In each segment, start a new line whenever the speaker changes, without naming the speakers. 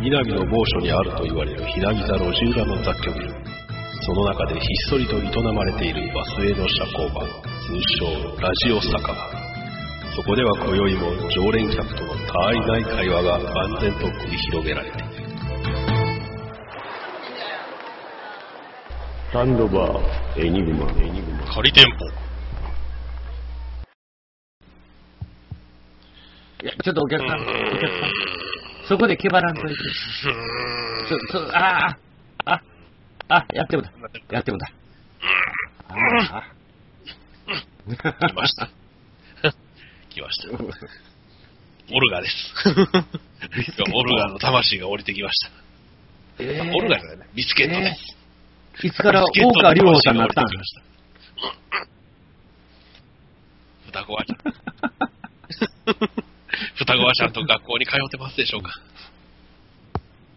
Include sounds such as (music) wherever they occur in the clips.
南の某所にあると言われる左座路地裏の雑居ビルその中でひっそりと営まれているバスへの社交場通称ラジオ酒場そこでは今宵も常連客との他愛ない会話が万全と繰り広げられている
サンドバー、エニグマ、エニグマ。
仮店舗。
いや、ちょっとお客さん、お客さん。そこでけばらんといて。そ、そ、ああ、あ、あ、やってもだ。やってもだ。ああ
来ました。 (laughs) 来ました。オルガです。
(laughs)
今オルガの魂が降りてきました。
ええ
オルガじゃないね。ビスケットです。
いつから
ビスケッ
大
トの
川隆法さんに
魂が
なっ
降りて
たん
きました。双子はちゃん。 (laughs) 双子はちゃんと学校に通ってますでしょうか。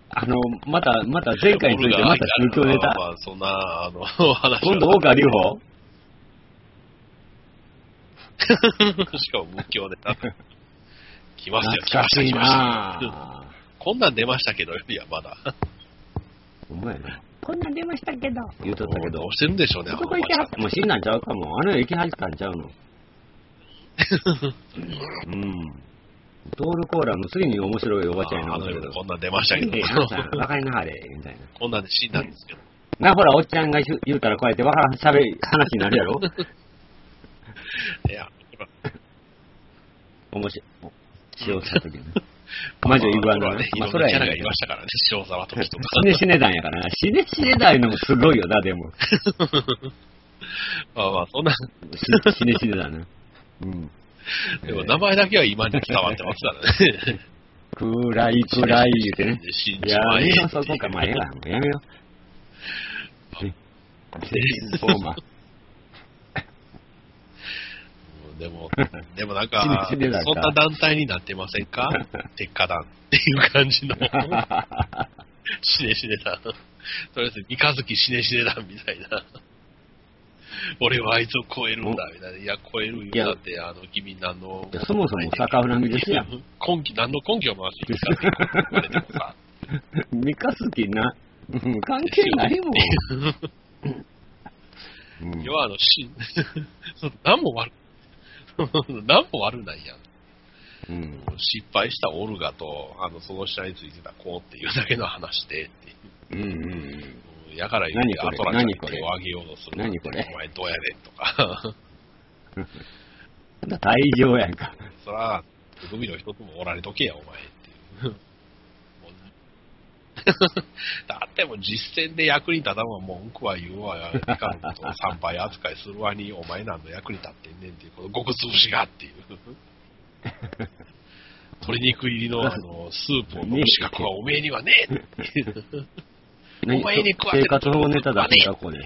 あの、また、また前回についてまた宗教ネ
まあ
タ。
まあそんな、あの、お話は
今度大川隆法
しかも仏教ネタ。来ましたよ、
懐
来
か
ました、
しい
来ました。
なぁ。
こんなん出ましたけど、いや、まだ。
お前な。
こんなん出ましたけど。
言うとったけど
どう。してるんでしょうね、
どこ行きはったもう死んなんちゃうかも。あの世行きはったん
(laughs)
ちゃうの。うん。トールコーラのついに面白いお
お
ばちゃんやな
あ
思
の
った
世
け
で
ど。
こんなん出ましたけど
ええ、あんたわかりなはれ、みたいな。
(laughs) こんなんで死んだんですけど。
な、ほら、おっちゃんが言う言うたらこうやってわからん、しゃべり、話になるやろ
いや、
面白い。使用し
(laughs)
た時に。魔女イブアナ
まあね、い
ま
ろ
あ、
ん
そ
な
れ
キャ
は
ラが
や
いましたからね、塩沢ととか。
死ね死ねだんやからな。死ね死ねだんいうのもすごいよな、
(laughs)
でも。
まあまあ、そんな、
死死ね死ねだな。うん。
でも名前だけは今に伝わってますからね。
暗い暗い言うてね。
死ん
い
じ
や
ま、え
めよう、そこか。まあ、ええわ。もうやめよう。インフォーマー。
でも、でもなんか、
死
そ
ね死ね
ん
だ
な
か
団体になってませんか鉄火団っていう感じの、死ね死ね団。とりあえず、三日月死ね死ね団みたいな。俺はあいつを超えるんだ、みたいな。いや、超えるよなんて、あの、君何の
いや。そもそも逆恨みですやん。
根拠、何の根拠もなしに三日月って言われてもさ。
三日月な、うん関係ないもん。うん
要はあの、し、 (laughs) 何も悪、 (laughs) 何も悪ないやん。
うん
失敗したオルガと、あの、その下についてた子っていうだけの話で、っていう
うんうん
うんやから言うて、ア
何こ
ト
れ
ラに
何これ
手を上げようとする。
何これ
お前どうやねんとか。
うん。だ大丈やんか。
そら、海の一つもおられとけや、お前っていう。も
(laughs)
うだってもう実践で役に立たんわ、文句は言うわ、いかんことを参拝扱いするわに、お前なんの役に立ってんねんっていう、この極潰しがっていう。
(laughs)
鶏肉入りのあのスープを飲む資格はおめえにはねえっていう
何
お前に食わせ
生
る
活保護ネタだったここで。 (laughs)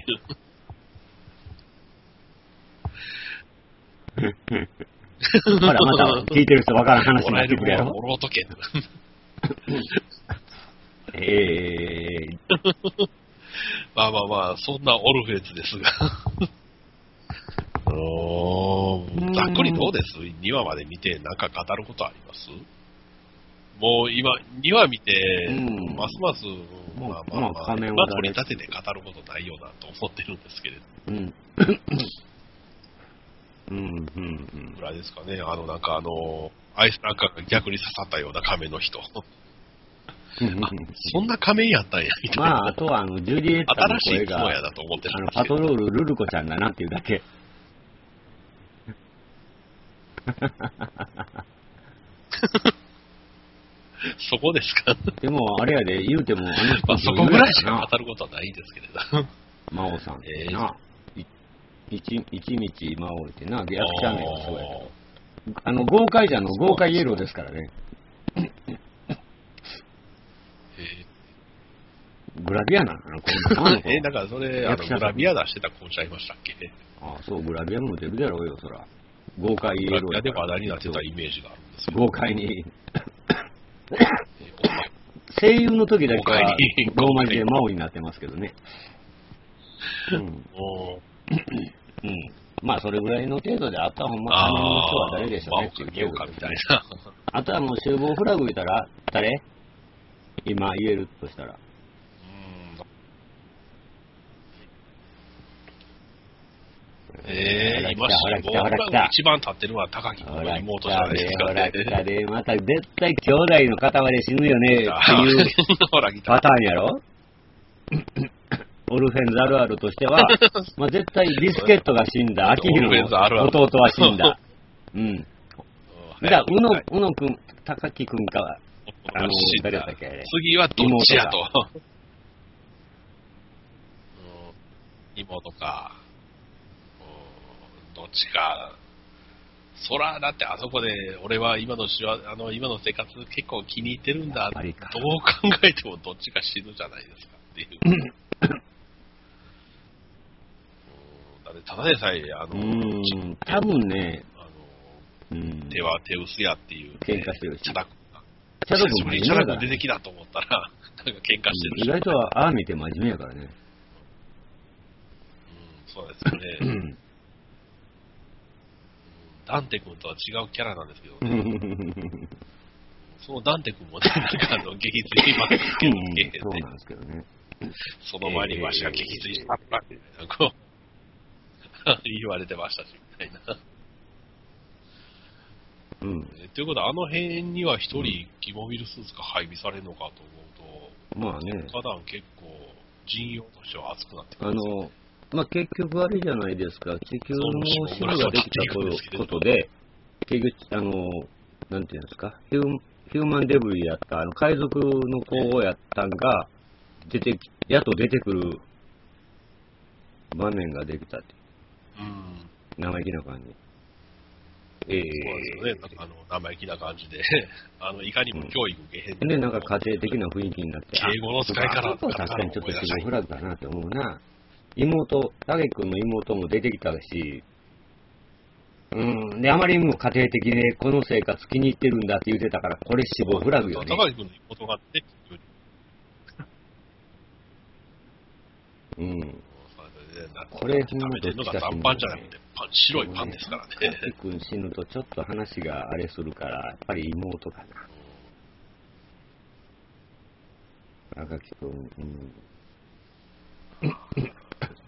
ほら、また聞いてる人わからん話
も
にな
ら
っ
える
てく
も
るや
のは
ろ
も。ろうとけ。
ええ
まあまあまあ、そんなオルフェンスです
(laughs)
が。あのーざっくりどうです ?2 話まで見て、なんか語ることありますもう今、2話見て、
うん
ますます、
もう
まあまあ
まあ
まあ、
仮面
今
は
取り立てて語ることないよなと思ってるんですけれど、
うん。うん、うん、うん
いく。らですかね、あの、なんかあの、アイスランカーが逆に刺さったような亀の人。そんな仮面やったんや、みたい
(laughs) ま
な。
あ、あとは、あの、ジュリエッタの
新し
声
い
が、
雲やなと思って
あ
るんで
の
す
パ
け
ト
ど。
ロールルルコちゃんだなっていうだけ。
そこですか
でも、あれやで、言うても、あの人
まあ、そこぐらいし
な
か。語ることはないんですけれど。
真央さんって
ええ
な。い一一日真央ってな、リアクション名がそうやけど。あの、豪快じゃんの豪快イエローですからね。
え
グラビアなのかな、このあの
ー
子
(laughs) え、だからそれ、あの、
役者さん
グラビア出してた子ちゃいましたっけ
ああ、そう、グラビアも出るだろうよ、そら。豪快イエ
グ
ロ
ラ
ー
ビア
やか
で
ら。
話題になってたイメージがあるんですよ。
豪
(laughs)
快に。
えお前
声優の時だけは
豪快に
ローマ字で真央になってますけどね。うん。
も
うん。まあ、それぐらいの程度であったらほん
う、
ま、あの人は誰でしょう
まあ
ねっていう
かけようかみたいな。
あとはもう厨房フラグ言うたら、誰今言えるとしたら。
ええ、
ほ
今
ら来た
し、もう
ほら来たほら来た
一番立ってるのは高木君
ほ
の
ら
妹
来
じゃ
た
ない
で
です、
ほ
からね。
来たで、また絶対兄弟の塊で死ぬよねっていう
ほら来た
パターンやろオルフェンズあるあるとし
(laughs)
ては、まあ、絶対ビスケットが死んだ、秋
オルフェンズあ
広
るあ
の
る
弟は死んだ。う
う
ん。
ん
じゃ
早
あ、う
く
の
来、
うのくん、高木くんか、
た
あの
死んだ
誰だったっけあれ
次はどっちやと。うん妹か。うんどっちか。そら、だってあそこで、俺は今のしわあの今の生活結構気に入ってるん
や
だ
っ。ぱりか
どう考えてもどっちか死ぬじゃないですかっていう。うんだってただでさえ、あ
う
の、ち
ん、多分ね、
あ
うん
の手は手薄やっていう、
喧嘩してるし
チャラく
チャ
久
ド君
しぶ
も
り
真
にチャ
面目
ラ
だ
く
か
出
ら
てきたと思ったら、 (laughs) なんか喧嘩してる
意
し。
外とああ見て真面目やからね。
うんそうですよね。ダンテ君とは違うキャラなんですけどね。そのダンテ君もね、なんかあの、激墜までつけて、
そうなんですけどね。
その前にわしが激墜したったみたいな、こう、 (laughs) 言われてましたし、みたいな。
うん。
ねということは、あの辺には一人、ギモビルスーツが配備されるのかと思う
まあね
と、、花壇結構、陣容としては熱くなってく
あ
るんですよ
の、まあ結局あれじゃないですか、地球の支部ができたことで、結局、あの、なんていうんですか、ヒューヒューマンデブリやった、あの、海賊の子やったんが、出てき、やっと出てくる場面ができたって、
うん。
生意気な感じ。え
そう
え
ですよね。なんかあの、生意気な感じ (laughs) で、あの、いかにも教育受けへん
で、なんか家庭的な雰囲気になって、
敬語の使い方
あこは確かにちょっと死亡フラグだなって思うな。妹、タゲ君の妹も出てきたし、うん、で、あまりにも家庭的で、この生活気に入ってるんだって言ってたから、これ死亡フラグよね。
高木君の妹がね、急に
うん。
これ、食べてるのが残パンじゃなくて、パン白いパンですから
タゲ
ね。
君死ぬとちょっと話があれするから、やっぱり妹かな。赤木君、うん。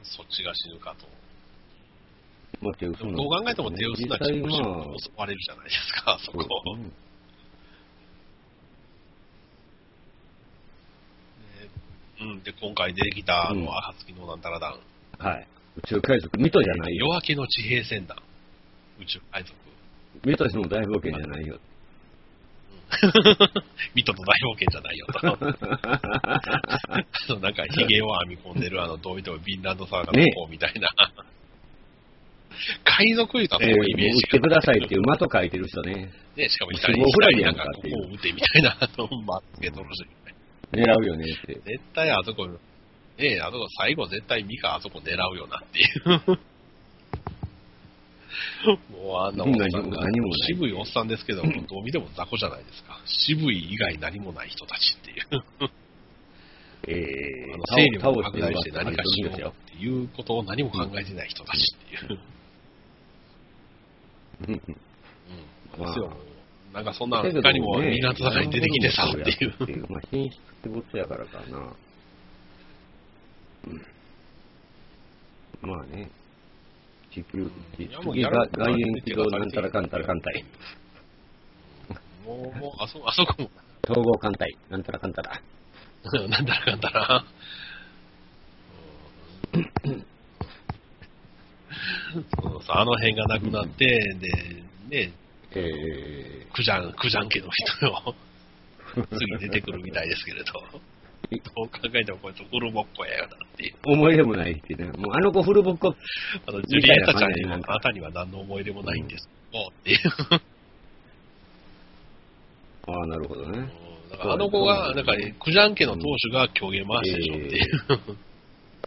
そっちが死ぬかと。
まあ手薄
でも
な
どう考えても手薄な気
実際
持ち
まあ
を襲われるじゃないですか、そこ。
うん
うん、で、今回出てきた、あ
うん
の、暁のなんたら団。
はい。宇宙海賊、ミトじゃないよ。
夜明けの地平線団。宇宙海賊。
ミト氏の大冒険じゃないよ。
ミトと大冒険じゃないよ
(laughs)
と。なんか、ヒゲを編み込んでる、あの、どう見てもフィンランドサーガの方みたいな。海賊言うたら
えー、
そういうイメー
売
ジ
ってくださいっていう的書いてる人ね。
ね、しかも左
もうフラグ
左
や
なん
んか
かこ
っていう
こを打てみたいな、あの、まあ、つけとろし。
狙うよねって。
絶対あそこ、ねえ、あそこ最後絶対ミカあそこ狙うよなっていう。もうあんなおっさん
何も
が
何もない
渋いおっさんですけど、どう見ても雑魚じゃないですか。渋い以外何もない人たちっていう。
え
あの
ー、
勢力
倒
を
倒
拡
し
大して
て奪った
何
り
かしよ
するん
う
ですよ。
っていうことを何も考えてない人たちっていう。うん。ですよ。なんかそんな、他にもみんな戦いに出てきてさっていう。
う。まあ、品質ってことやからかな。うんまあね。地球、地
いやもう
球
やら
が
ん
外縁軌道なんたらかんたら艦隊。
もう、もうあそ、あそこも、
統合艦隊。なんたらかんたら。
なんだらかんだら。そうそうあの辺がなくなって、で、ね、
えー、
クジャン、クジャン家の人を次出てくるみたいですけれど、どう考えてもこいつフルボッコやよなっていう。
思い出もないってね。もうあの子フルボッコ
あの、ジュリエッタちゃんにも、あなたには何の思い出もないんですけど、っていう。
ああ、なるほどね。
だからあの子が、なんか、クジャン家の当主が狂言回しでしょっていう。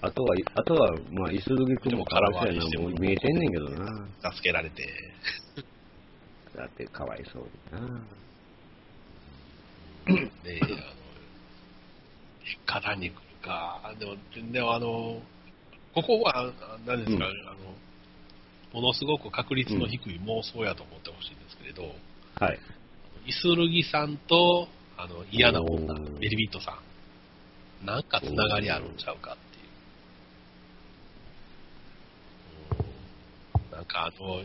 あとは、あとは、まあ、イスルギ君も絡
でも絡ま
ま
りして
な、
も
もう見えてんねんけどな。
助けられて、
だって、かわいそうにな。
ねえ、あの、結果何に来るか、でも、でもあの、ここは、あ何ですか、
う
あの、ものすごく確率の低い妄想やと思ってほしいんですけれど、
はい。
イスルギさんと、あの、嫌な女、ベリビットさん。なんかつながりあるんちゃうかっていう。うんなんかあの、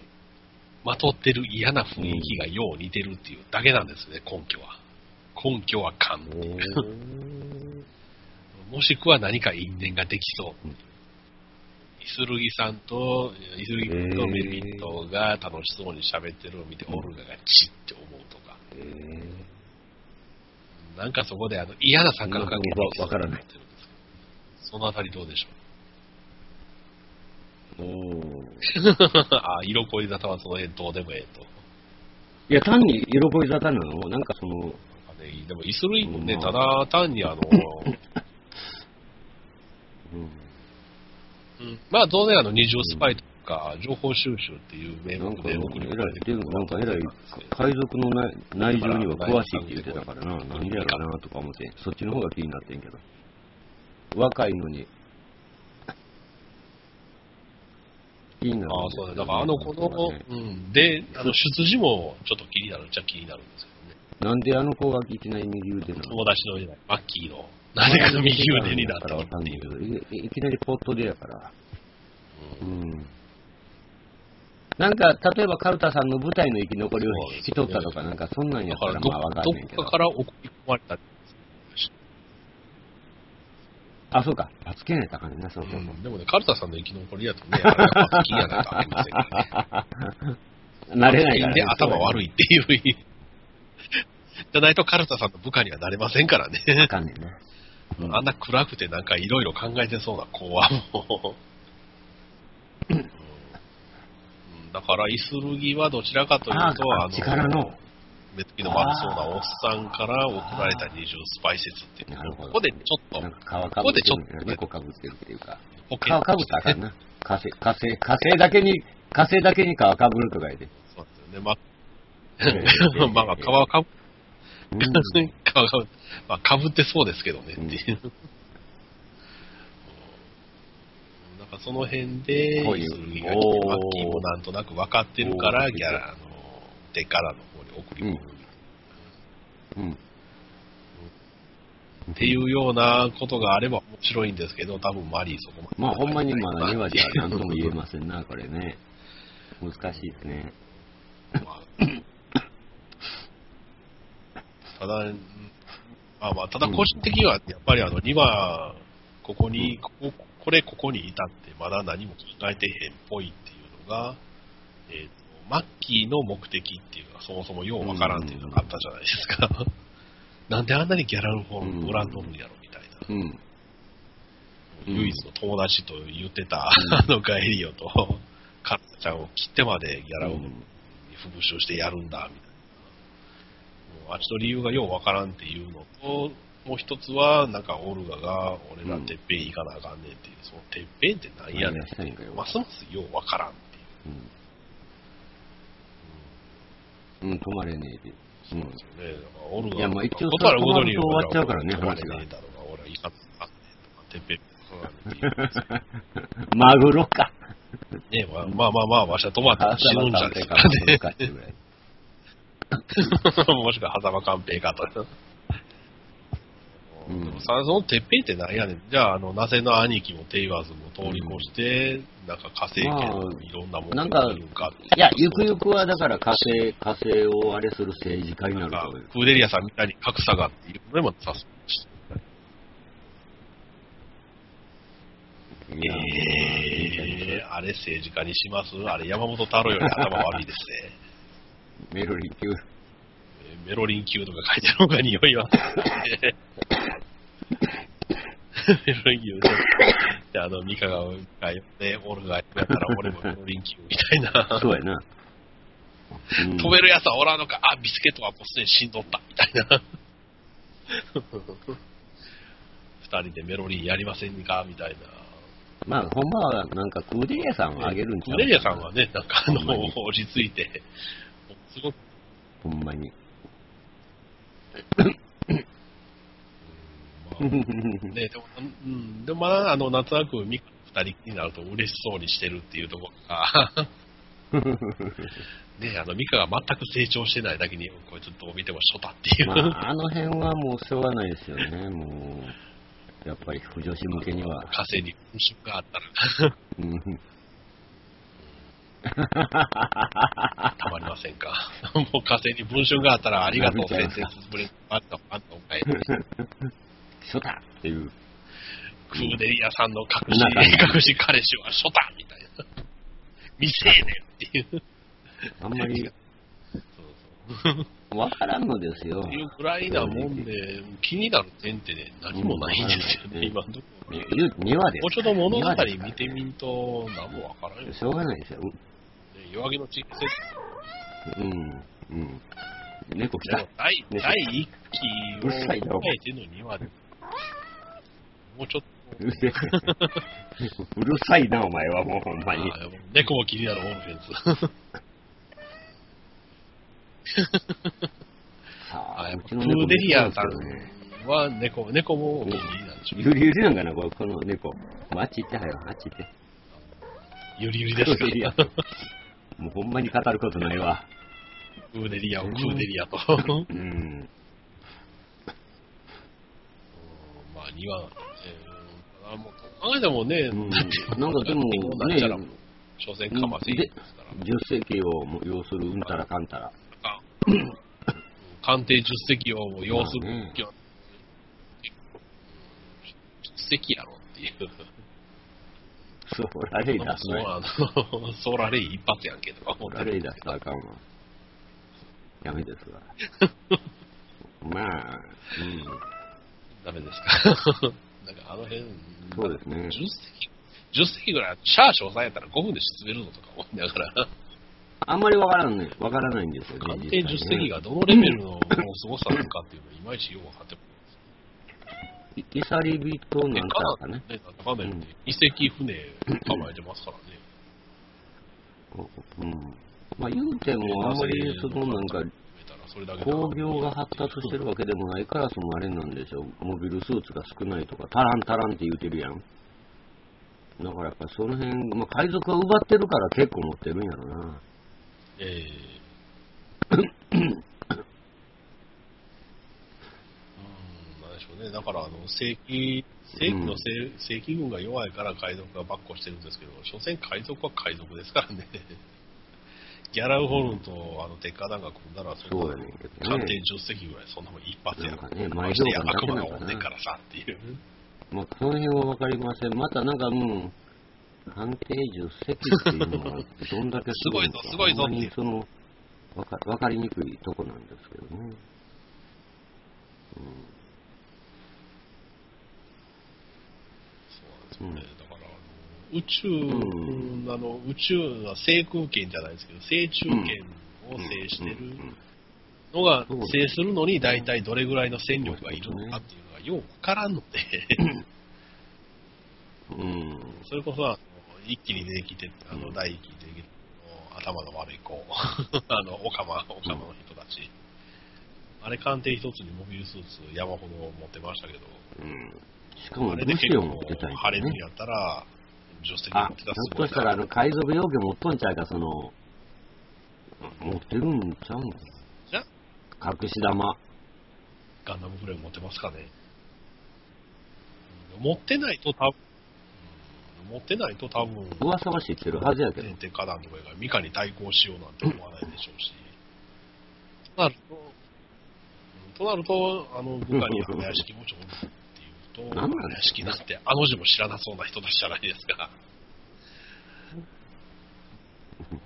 まとってる嫌な雰囲気がよう似てるっていうだけなんですね、根拠は。根拠は勘っていう。もしくは何か因縁ができそう。イスルギさんと、イスルギ君とメリットが楽しそうに喋ってるのを見て、オルガがチッて思うとか。なんかそこであの嫌な三角関係
わからない。
そのあたりどうでしょう
おー
(laughs) あ、色恋沙汰はその辺どうでもええと。
いや、単に色恋沙汰なのなんかその、
あねでも、イスルインね、
うん
ただ単にあの、
うん
うんまあ当然あの二重スパイとか、情報収集っていう名
なん
目
か
で
偉い
送り込まれ、て
で
く
も
る
なんか偉い
ですけ、ど
海賊の内内情には詳しいって言ってたからな、なんでやろなとか思って、そっちの方が気になってんけど。若いのに。
ああ、
気になるんですよね。
そうだね。だからあの子供、
なんか
う
ね
ん。で、あの、出自もちょっと気になるっちゃ気になるんですけどね。
なんであの子がいきなり右腕なの
友達の時代、マッキーの、なぜか右腕になった
わ
っ
かん
て
ない
い
け
う。
ど、いいきなりポットでやから。
う
うんん。なんか、例えばカルタさんの舞台の生き残りを引き取ったとか、なんかそんなん
だ
やっ
か
た
ら
ら
ど
まあわかんないけ
ど
ど
っか。から送り込まれた。
あ、そうか。あ、つけないとあかんねんな、そううそうそ
ん、でもね、カルタさんの生き残り
(laughs)
だとね、あれはマッキーやないとありませんからね。
う。慣れないから、
で頭
い。
悪いっていう。じゃないとカルタさんの部下にはなれませんからね。
あかんねんな。うん
あんな暗くてなんかいろいろ考えてそうな子はもう。うんだから、イスルギはどちらかというと、
ああ、
あ
あ力
の、
の。
目つきの悪そうなおっさんから送られた二重スパイ説っていう。
なるほど。
ここでちょっと
なんか皮かぶってるんだよね。
こ
猫かぶってるっていうか。
ポ
皮
ケ
かぶったらあかんな。火星、火星、火星だけに、火星だけに皮かぶるとか言って。
そうですよね。ま
え
あ、 (laughs) まあ、皮をかぶ
(laughs) うん
皮が、まあ、かぶってそうですけどねっていう。なんかその辺で、
こういう
イスルギが来てマッキーもなんとなく分かってるか
お
ら、
ー
ギャラ、あの、デカラの方に送り込む、
うん。
っていうようなことがあれば面白いんですけど、多分マリーそこまで。
まあ、ほんまに
(laughs)
まだ2話じゃ何とも言え
ま
ませんな、これね。難しいですね。
あただ、うんまあまあ、ただ個人的には、やっぱりあの、2話、ここに、ここ、これここにいたって、まだ何も考えてへんっぽいっていうのが、えっ、と、マッキーの目的っていうのがそもそもようわからんっていうのがあったじゃないですか。 (laughs) なんであんなにギャラルフォンご覧とるんやろみたいな。
うん。うん
唯一の友達と言ってた、あのガエリオと、カッちゃんを切ってまでギャラを復讐してやるんだ、みたいな。もうあっちの理由がようわからんっていうのと、もう一つは、なんかオルガが、俺らてっぺん行かなあかんねんっていう、そのてっぺんってなんやねん
何が。したいんかよ。
ますますようわからんっていう。
うん、止まれねえで。うん。
そうですよね。だからオルガ
いやまあ一応
ことあるごとに
止まると終わっちゃうからね
俺は
話が
止まれねえだろうが、俺は行かなあかんねんとか、てっぺん行かなあかんねんっていう。
マグロか。
ねまあまあまあまあ、わしは止まっても死ぬんじゃないですか
か。
ね。
難しいぐらい。
(laughs) もしくは狭間寛平かと。
うん
でもさそのてっぺんってなんやねん。じゃあ、あの、なぜの兄貴もテイワーズも通り越して、なんか火星圏
まあ
いろんなも
な
の
んか
見るか
いや、ゆくゆくはだから火星、火星をあれする政治家にな
なん
る
か
という。
クーデリアさんみたいに格差があっているのでもさす
いや、もういい加減にしろ
えー、あれ政治家にしますあれ山本太郎より頭悪いですね。
メロリン級。
えーメロリン級とか書いてあるのが匂い
(laughs)
は。メロリン級で、であの、ミカが、ミカ呼んで、オルがやったら俺もメロリン級みたいな。
そうやな。うん
飛べるやつはおらんのか、あ、ビスケットはポスで死んどった、みたいな。二人でメロリンやりませんかみたいな。
まあ、ほんまはなんかクーデリアさんをあげるんちゃう
クレリアさんはね、なんかあの
ほんまに、
落ち着いて、すごく
ほんまに。
まあね、でも、うん、でもまあ、あの、なんとなく、ミカ二人になると嬉しそうにしてるっていうところが、
(laughs)
ねあの、ミカが全く成長してないだけに、こいつどう見ても初だっていう。
まあ、あの辺はもうしょうがないですよね、もう。やっぱり、不女子向けには。
火星に粉飾があったら、
うん
たまりませんか。 (laughs) もう火星に文春があったら、ありがとう、先生、ぶれ、あった、あった、お前。
しょたっていう。
クーデリアさんの隠し、隠し彼氏はショタみたいな。未成年っていう。
あんまり
そうそう。
わからんのですよ
って。いうぐらいなもんで、気になる点ってね、何もないんですよね、
うん
今のところ。
言う2話で
もうち
す
ょっと物語見てみんと、何もわからんよね。
しょうがないですよ。
弱気のチックセッ
うん。うん。猫来
トで
た
も。第
ね
第1期を
うっさいなお
考
前
えての2話で、もうちょっと
うるせえ (laughs) うるさいな、お前はもうほんまに。
あー猫も気になるオンフェンス。
さ
あ
あ、
やっ
う
ぱ
ち
プ
の
ー
猫
デリアさ
もそうで
ん
す
は猫、猫もお気に入りなんでし
け
ょう
どね。ゆりゆりなんかな、ここの猫。もうあっち行ってはよ、あっち行って。
ゆりゆりです
プーデリア
か。
もうほんまに語ることないわ。
プーデリアを
う
プ
ん
ーデリアと。
うん。
まあ2話、えー、あもう考えてもね、
うん
だって
なんかでも
なんちゃら
ね
所詮かませんですから、
10世紀をも要するうんたらかんたら。
鑑定10席をもう要する
まあね
に、10席やろっていう。 (laughs)
そう、ラレイ出す
そう
な
あの、ソーラーレイ一発やんけとか思って
ラレイ出したらあかんわ。やめです (laughs) わ。まあ、うん、
ダメですか。なんかあの辺、
そうですね
10。席、10席ぐらい、シャーショーさんやったら5分で沈めるぞとか思いながら、
あんまりわからんね、わからないんですよね。
鑑
実
定
際
10
ね
席がどのレベルのもうすごさなのかっていうのいまいちよう分かっても
いイサリビと
ね
なんたらかね。
ね、なんだかんだ言って、遺跡船捕まえてますからね。
うん。まあ、言うても、あんまり、その、なんか、工業が発達してるわけでもないから、そのあれなんでしょう。モビルスーツが少ないとか、足らん足らんって言うてるやん。だからやっぱその辺、まあ、海賊は奪ってるから結構持ってるんやろな。
ええうん、なんでしょうね。だから、あの、正規、正規の正,、正規軍が弱いから海賊がばっこしてるんですけど、所詮海賊は海賊ですからね。ギャラウホルンと、あの、鉄火弾が組んだら、
そ
そうう
や
だね。
ねんけど
艦艇
ね。
10隻ぐらい、そんなもん一発や
なん
ろ
か。ね、
ま
前
して
評
や
価だ
悪
け
魔
な
が
の
お
か
んねんか
な。
らさっていう。
まあ、その辺はわかりません。またなんか、うん、判定10席っていうのは、どんだけのか
すごいぞすごいぞ
ほんまにその、わかわかりにくいとこなんですけどね。
そうなんですよね。だから、あの宇宙、あの、宇宙は制空権じゃないですけど、制中権を制してる。
うんうん
のが
そうです
制するのに大体どれぐらいの戦力がいるのかっていうのがようわからんので、 (laughs)
うん。
それこそあの一気に出てきて、あ
う
の
ん
第一期出てきて、頭の悪い子、 (laughs) あの、オカマ、オカマの人たち。あれ鑑定一つにモビルスーツ山ほど持ってましたけど、
うん。しかも、
あ
武
れで結
士を
構
持ってたり
破裂
ね。
やったら、助手席持
あ、
っ
ひ
てた
ょ
ら
っ
すご
と
い
したら、あの、海賊用具持っとんちゃうか、その、持ってるんちゃうん
じゃ
隠し玉。
ガンダムフレーム持ってますかね。持ってないと多分、持ってないと多分、
噂は知ってるはずやけど
ね。、で花壇とかがミカに対抗しようなんて思わないでしょうし、となると、うんとなると、あの部下にあの屋敷もちょっていうと、
(laughs) なんなん
屋敷なんてあの字も知らなそうな人たちじゃないですか。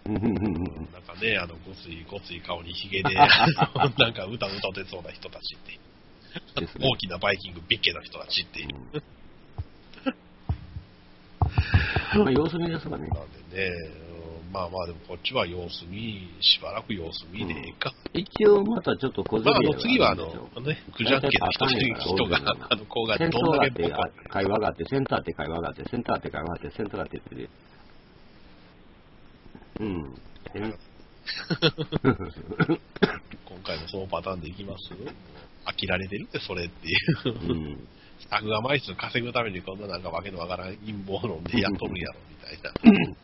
うんうんうんうん
なんかね、あの、ごついごつい顔にひげ
(laughs)
で、 (laughs) あのなんか歌歌ってそうな人たちっていう
ですね
大きなバイキングビッケな人たちっていう。
まあ、様子見ですかね。
なんでね、うんまあまあでもこっちは様子見、しばらく様子見でええか。
一応またちょっと小競
まああ
り合い
の次はあ
る
の
んでしょ、
ね、クジャンケの人
大体パターン
人が
やから多いよな、
あの、こうが
センタ
どんだ
ーがあっ
け
て
僕は、
会話があって、センターって会話があって、センターって会話があって、センターって言ってる。うん。セン
今回もそのパターンでいきます飽きられてるって、それっていう。
うん。
スタッフが枚数稼ぐためにこんななんかわけのわからん陰謀論でやっとるんやろ、みたいな。でも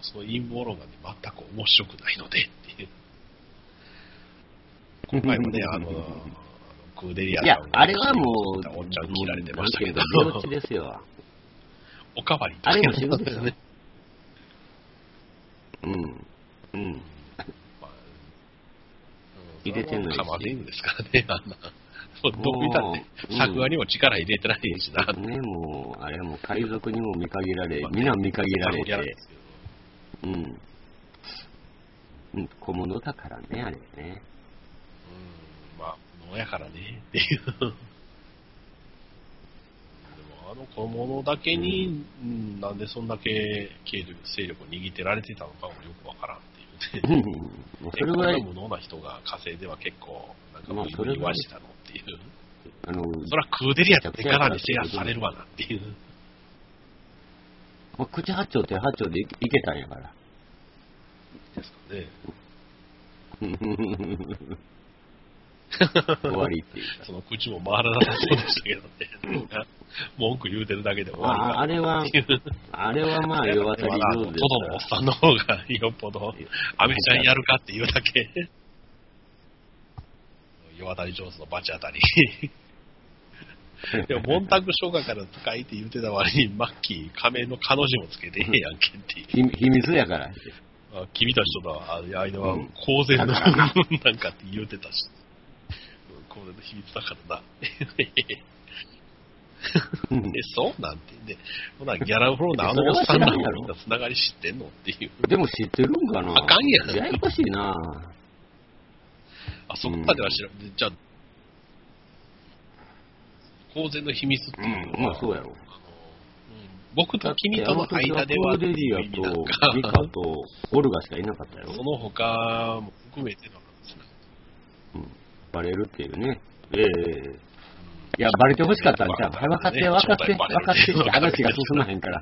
その陰謀論がね、全く面白くないので、っていう。今回もね、
(laughs)
あの、クーデリア
いや
さん、が
あれはもう、
おっちゃん切られてましたけど、
どっちですよ。
おかわり
あれも仕事ですよ
ね。
うん。うん。
入
入
れ
れ
て
て
んの
んの
に。
に
かまでんですからね、あんな。そうどう見たって
う、ん
作画にも力入れてないしな。
ね、もう、あれはもう海賊にも見限られ、皆見限られ
ギャラで
て、
すよ
うん。うん、小物だからね、あれね。
うん、まあ、物やからね、っていう。でも、あの小物だけに、うんなんでそんだけ勢力勢力を握ってられてたのかもよくわからんっていう
う
ね。
んもうそれぐら
え
い
こ、んな無能な人が火星では結構、なんか
まあそれぐ
言
ら
わ
い
したのっていう。
あの、
そらクーデリアってからに制圧されるわなっていう。
まあ口八丁手八丁でいいけたん
(laughs)
やから。
ですかね。
終わりっていうか。
その口も回らなさそうでしたけどね。文句言うてるだけで終わり
ああ
か。
れは、あれはまあ、世渡り
まあ
上
トド
手で
のおっさんの方がよっぽど、アメちゃんやるかっていうだけ。世渡り上手のバチ当たり。でも、
(laughs)
モンタク商会から使いって言うてた割に、マッキー、仮面の彼女もつけてへんやんけっていう。
秘秘密やから。
あ君たちとのあ間は
うん
公然の、なんかって言うてたし、うん公然の秘密だからな。え、そうなんて。で、ほな、ギャラフローのあのおっさんらもみんなつながり知ってんのっていう。
でも知ってるんかな
あかんやん
ややこしいな
あそこまでは知らん。でじゃあ、公然の秘密っていうの
ま
は、
あそうやろ。
あのうん僕と君との間では
だ
っ
っててあの時
いう
は
意味
コ
な
ーデ
の
リ
か
アと、ミカと、オルガしかいなかったやろ
その他も含めての話なん
バレるっていうね。ええいや、バレてほしかったんちゃう。はい分かって、分かって、分かってって
(laughs)
話が進まへんから。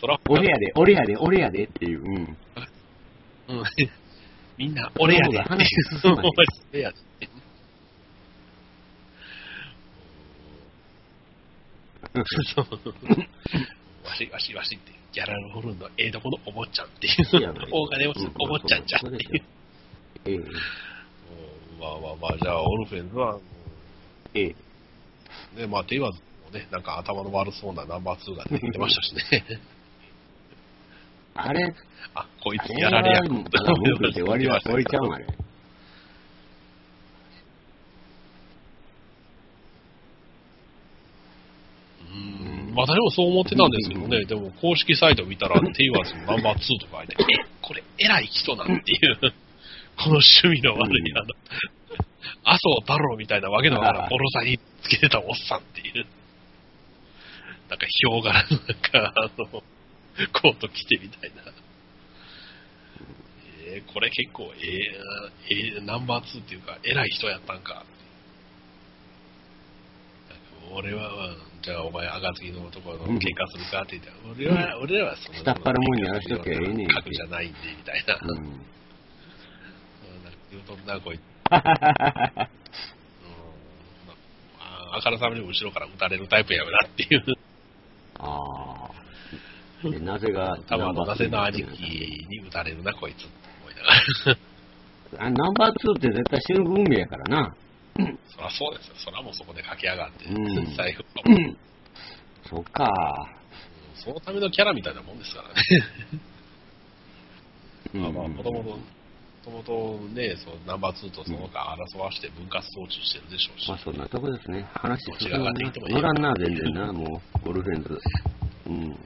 そら、
俺やで、俺やで、俺やでっていう。うん。
うんみんな、俺やでって
話進まない
俺やでってそうわし、わし、わしって、ギャラルホルンのええとこのお坊ちゃんっていう
いやない、
(laughs) 大金持ちのお坊ちゃんじゃんっていう。
ええ
うんまあまあまあ、じゃあ、オルフェンズは、
ええ
ね、まあ、テイワーズもね、なんか頭の悪そうなナンバー2が出てきてましたしね。
あれ、
あ、こい
あ
つ
れ
やられや
はもう
と
文句で終わりは終わりちゃうんあれ。
うん私もそう思ってたんですけどね、でも公式サイト見たら、テイワーズのナンバー2とか入って、え、これ偉い人なんていう、 (laughs) この趣味の悪いあの、麻生太郎みたいなわけのわからん、ボロさにつけてたおっさんっていう、なんかヒョウ柄のなんか、あの、コート着てみたいな。えーこれ結構、えーえーナンバー2っていうか、偉い人やったんか。俺は、まあじゃあお前、赤月の男の喧嘩するかって言ったら、俺は、俺らはその、
下っ腹もんやらしときゃええねんって
格じゃないんで、みたいな。な
う
んか
ん。
言うとんな、こいつ。うんまああからさまに後ろから撃たれるタイプやよなっていう。
あ
(laughs)
あ。で、なぜが、
多分あの、
ナンバー
な
ツ
ぜ
ー
の兄貴に撃たれるな、こいつって思いながら。
あナンバー2って絶対死ぬ運命やからな。
そらそうですよ。そらもうそこで駆け上がって、
うん
財布
そっか。
そのためのキャラみたいなもんですからね。
うん
まあまあ、もともと、もともとね、そのナンバー2とその他争わして分割統治してるでしょうし。
まあそんなとこですね。話進
こ
む
っちが上がって
な
きてもいいよ
乗らんな、全然な、もう、ゴルフェンズ。うん。も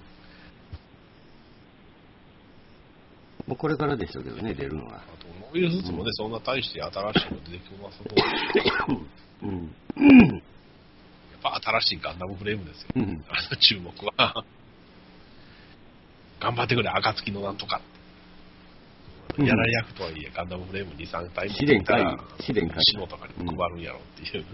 うこれからでしょうけどね、出るの
(coughs)
は。
あと、モビルスーツもね、そんな大して新しいの出てきますと、や
うん。
っぱ新しいガンダムフレームですよ。
うん。
あの注目は。 (laughs) 頑張ってくれ、暁のなんとか。
うん
やられ役とはいえ、ガンダムフレーム2、3体も
試練会
出たら、
試練会。
シノとかに配るんやろっていう。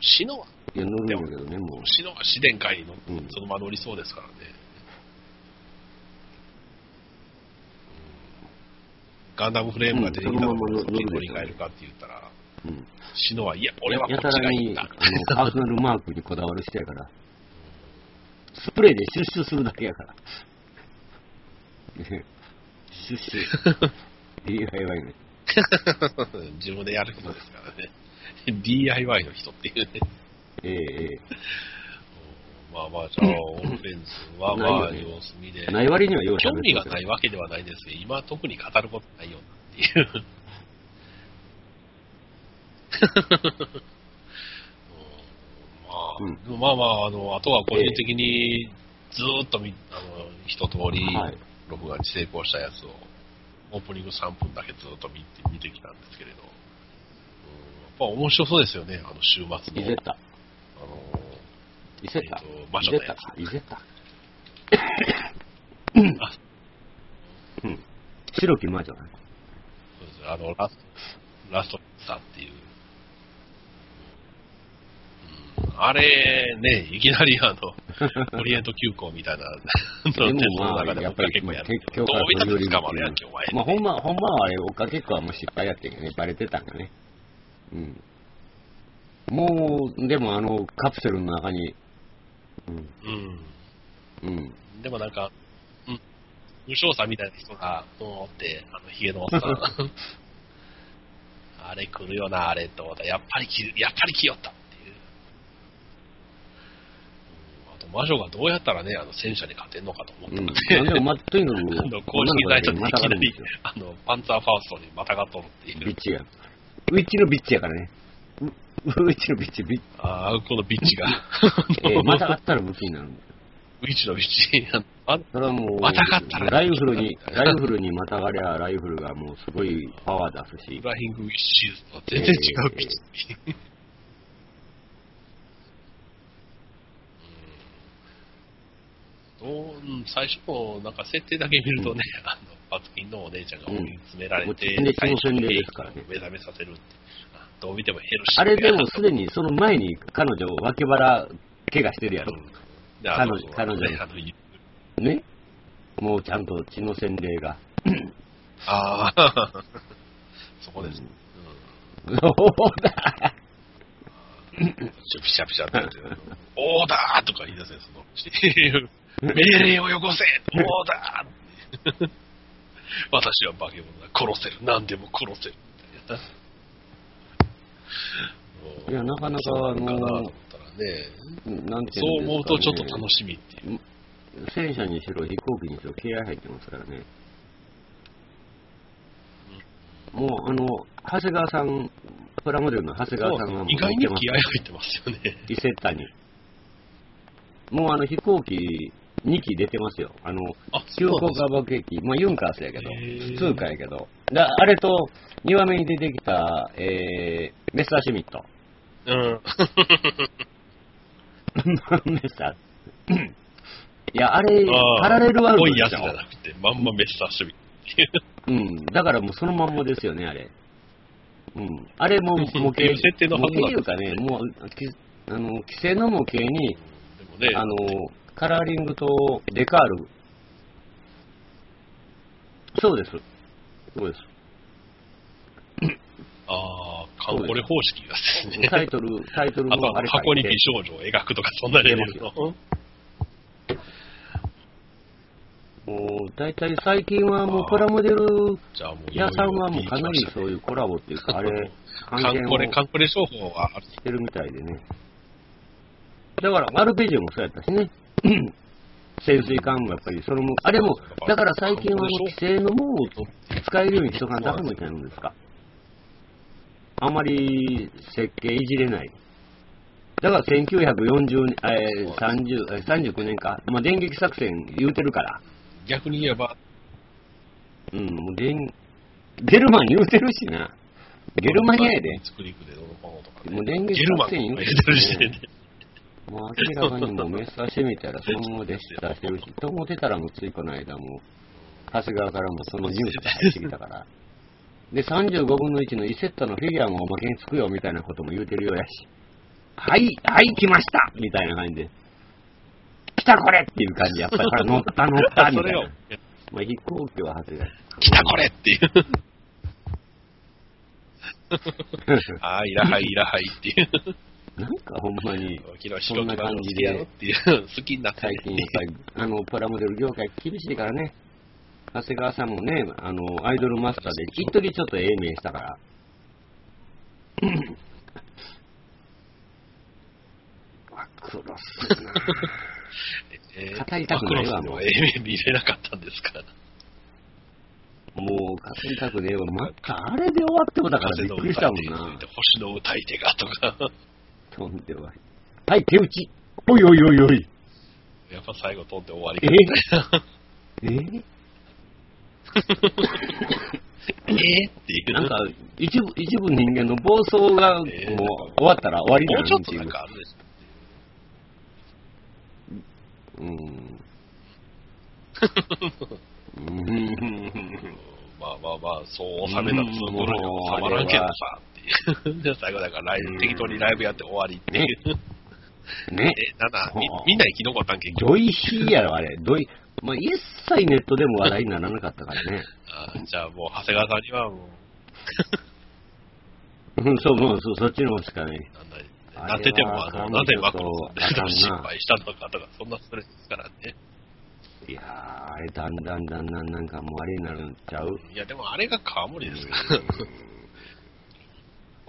シノは、
いや、乗るんだけどね、もう。
シノは試練会に乗って
うん
そのまま乗りそうですからね。ガンダムフレームが出てきた
うん
の
その
に
まま乗る
乗り換えるかって言ったら、
うん。
シノは、いや、俺はこ
や
ったちが
ら
いいん
に、
だ
あの、パーソナルマークにこだわる人やから。スプレーでシュッシュするだけやから。シュッシュ。DIY ね。
(laughs) 自分でやる人ですからね。DIY (laughs) の人っていうね。
えええ
まあまあ、じゃあ、オーフェンスはまあ、
(laughs) ないよね
様子見で
え。。ない割にはよう
興味が
な。
ないいわけではないですけど、今特に語ることないよなっていう。
うん
(laughs) うんまあ、でもまあまあ、あの、あとは個人的にずーっとみ、あの、一通り
はい、
録画に成功したやつを、オープニング3分だけずーっと見て、見てきたんですけれど、うん、やっぱ面白そうですよね、あの、週末の。
イゼッタ。
あの、
イゼッ
え
タ
っと。魔
イ
女
ゼ
の
ッ
や
タ。イゼッタ。
あ
うん。白き魔女ね。
そうですねあの、ラスト、ラストさっていう。うんあれ、ね、いきなりあの、
(laughs)
オリエント急行みたいな、
でもま
鉄道の
あ、
中で
やっぱり、
追
ま
っ
あ
かけっこやる
結
ど
局
う
は
見た
よ
ら
り
捕まるやんけ、お前。
まあ、ほんま、ほんまはあれ、追っかけっこはもう失敗やってんけどね、バレてたんだね。うん。もう、でもあの、カプセルの中に、うん、
う
うん。
ん。でもなんか、うん。無償さんみたいな人が、ドーンって、あの、ヒゲのおっさん。 (laughs) あれ来るよな、あれと思ったら、やっぱり来る、やっぱり来よったっていう。うんあと、魔女がどうやったらね、あの、戦車に勝てんのかと思っ
う
た
ん。なんでも、まあ、とにかく、
(laughs) あの公式サイトにいきなり、 (laughs) あの、パンツァーファーストにまたがっとるってい
ビッ
う。
チや。ウィッチのビッチやからね。ウウィッチのビッチ、ビッチ。
ああ、このビッチが。
(laughs) ええまたがったら武器になるんだよ。
(laughs) ビッチのビッ
(laughs)
チ。あの
それはもう、
またがったら
ライフルに、ライフルにまたがりゃ、ライフルがもうすごいパワー出す
フ
し、
ライングウィッシーズとは全然違うビッチ。うんどううん最初のなんか設定だけ見るとね、あのパツキンのお姉ちゃんが追い詰められて、
うんもう全然挑戦例ですからね
目覚めさせるって、あどう見てもヘルシー
あれでもすでにその前に彼女、脇腹、怪我してるやろ。
うんであの
彼女彼女
あの
ね。もうちゃんと血の洗礼が。 (laughs)
ああ、そこです。うん。
そうだ
ピシャピシャってやっ
(laughs)
て、オーダーとか言い出せ、そのうち、命令をよこせオーダー私は化け物だ。殺せる。何でも殺せる。みたいな。
いや、なかなか、あ
そうかなと思っ
の、
たらね、
なんて
そう
いうん
思
で
う
す
とち
か、ね、
ょっと楽しみっていう。
戦車にしろ、飛行機にしろ、気合入ってますからね。もう、あの、長谷川さん、プラモデルの長谷川さんはもう
意外
見て
に
ます
気合入ってますよ
(laughs)
ね。
伊勢谷。もうあの飛行機2機出てますよ。あの、
あ、
急
そう
降
なん
下爆撃機、まあユンカースやけど
へ、ー
普通かやけど。だあれと、2話目に出てきた、えー、メスターシュミット。
ですうん。
メスター。いや、あ
あ
れ、
ー
パラレルワールド
濃い
で
やつ
す
じ
よ
ゃなくて、まんまメッサーシュビ
うん、だからもうそのまんまですよね、あれ。うん、あれもう模
っていう設定のは
模
ず
型
なん
い
で
うかね、もう、きあの、既成の模型に、
でもね、
あの、カラーリングとデカール。そうです。そうです。
ああ、カンコレ方式がですね。
タイトル、タイトル
あと
もあ
は
れ
箱に美
書いて
少女を描くとか、そんなレベルの。
もう、大体最近はもうプラモデル
じゃあもういよ
屋
いよ
さんはもうかな
行き
り
ました
そ
ね
ういうコラボっていうか、あれ、
(laughs)
関
カ
係
ン
を
コレ、カンコレ商法はある
してるみたいでね。だから、アルペジオもそうやった
(laughs)
しね。潜水艦もやっぱり、それも、あれも、だから最近はもう規制のものを使えるようにしとかんとあかんのじゃないですか。あんまり設計いじれない。だから1940年、えー、30えー39年か。まあ、電撃作戦言うてるから。
逆に言えば、
うん、もう電、ゲルマン言うてるしな。ゲルマニアやで。
作りでどうのこうのとかね。
もう電
ゲ
撃
ルマ
作
ンとか
戦言
入れ
うてる
てる
し
時
ね
点で。
もう明らかにもうメッサーシュミたらそのままでしたしてるし、と思ってたらもうついこの間もう、長谷川からもそのニュースが入ってきたから。で、35分の1のイセットのフィギュアもおまけにつくよみたいなことも言うてるようやし、はい、はい、来ましたみたいな感じで、来たこれっていう感じ、やっぱりほら乗った乗ったみ
(laughs) そ
たい
れを
な。、まあ、飛行機は長谷川。
来たこれっていう。ああ、いらはい、いらはいっていう。
(laughs) なんかほんまに、
昨日白木番好きやろっていう、好きになった
最近やっぱり、 (laughs) あの、プラモデル業界厳しいからね。長谷川さんもね、あの、アイドルマスターで、きっとりちょっとええ面した (laughs) から。マクロスな
え
語りたくないわ
マ
もう
クロスの A 面見れなかったんですから。
もう、かすりたくねえわ。またあれで終わってもだからびっくりしたもんな。
星の歌い手がとか。
飛んでは。はい、手打ち。おいおいおいおい。
やっぱ最後飛んで終わり
え
か。
え
(laughs) えーっていう。
なんか、一部、一部人間の暴走が、もう、
え
終
ー
わったら終わり
も
な
うちょ
ん
っ
って
と
い
なん
う。
かあるでしょ。
うん。うん。
まあまあまあ、そう収めたら通ぶるには収まらんけどさ、っていう。で、最後だからライブ、適当にライブやって終わりっていう。
ね。
え、なんだ、みみんな生き残ったん結局。
ドイヒーやろ、あれ。ドイ、まあ、一切ネットでも話題にならなかったからね。
あーじゃあもう、長谷川さんにはもう、
うん、そう、もう、そう、そっちの方しかね。
なん
あ
だ、
れ
な
は
ってても、あの、なぜマクロ
あかん
さん
な
心配したのかとか、そんなストレスですからね。
いやー、あれ、だんだんだんだんなんかもうあれになるんちゃう
いや、でもあれが川森ですから。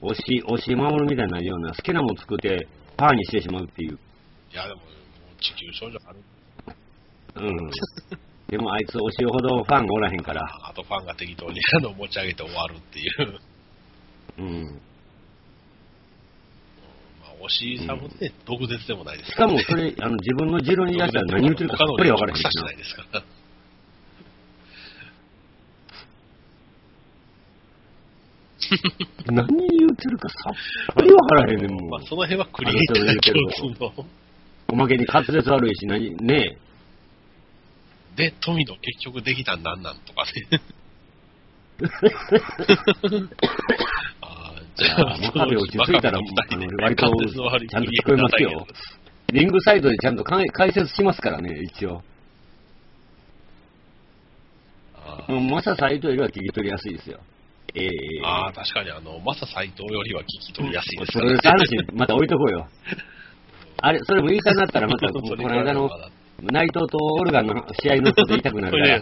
押し、押し守るみたいになるような、好きなもん作って、パーにしてしまうっていう。
いや、でも、もう地球少女ある
うん。でもあいつ押しほどファンがおらへんから。
あとファンが適当にあの持ち上げて終わるっていう。
うん。
まあ、おしさんもね、毒舌でもないです
しかも
(laughs)
それ、あの、自分の持論に出したら何言ってるかさっぱりわからへんし
しな。
ない
ですから。
何言ってるかさっぱりわからへんねん、も
まあ、
う。
その辺はクリエイターが共通の。
おまけに滑舌悪いし、何、ね
で、富野結局できたんなんなんとかね。ああ、じ
え。
ゃあ、
真壁落ち着いたら、あの割と、ちゃんと聞こえますよ。リングサイドでちゃんと解解説しますからね、一応。
あ
もうマササイトよりは聞き取りやすいですよ。ええ
ーあー、確かに、あの、マサ斎藤よりは聞き取りやすいです
プ
か
ロ
ら
レス話、また置いとこうよ。あれ、それも言いたになったら、また、こ
(laughs) それぐ
の
らい
間の
まだ
内藤とオルガンの試合のこと言いたくな
(laughs)
るから。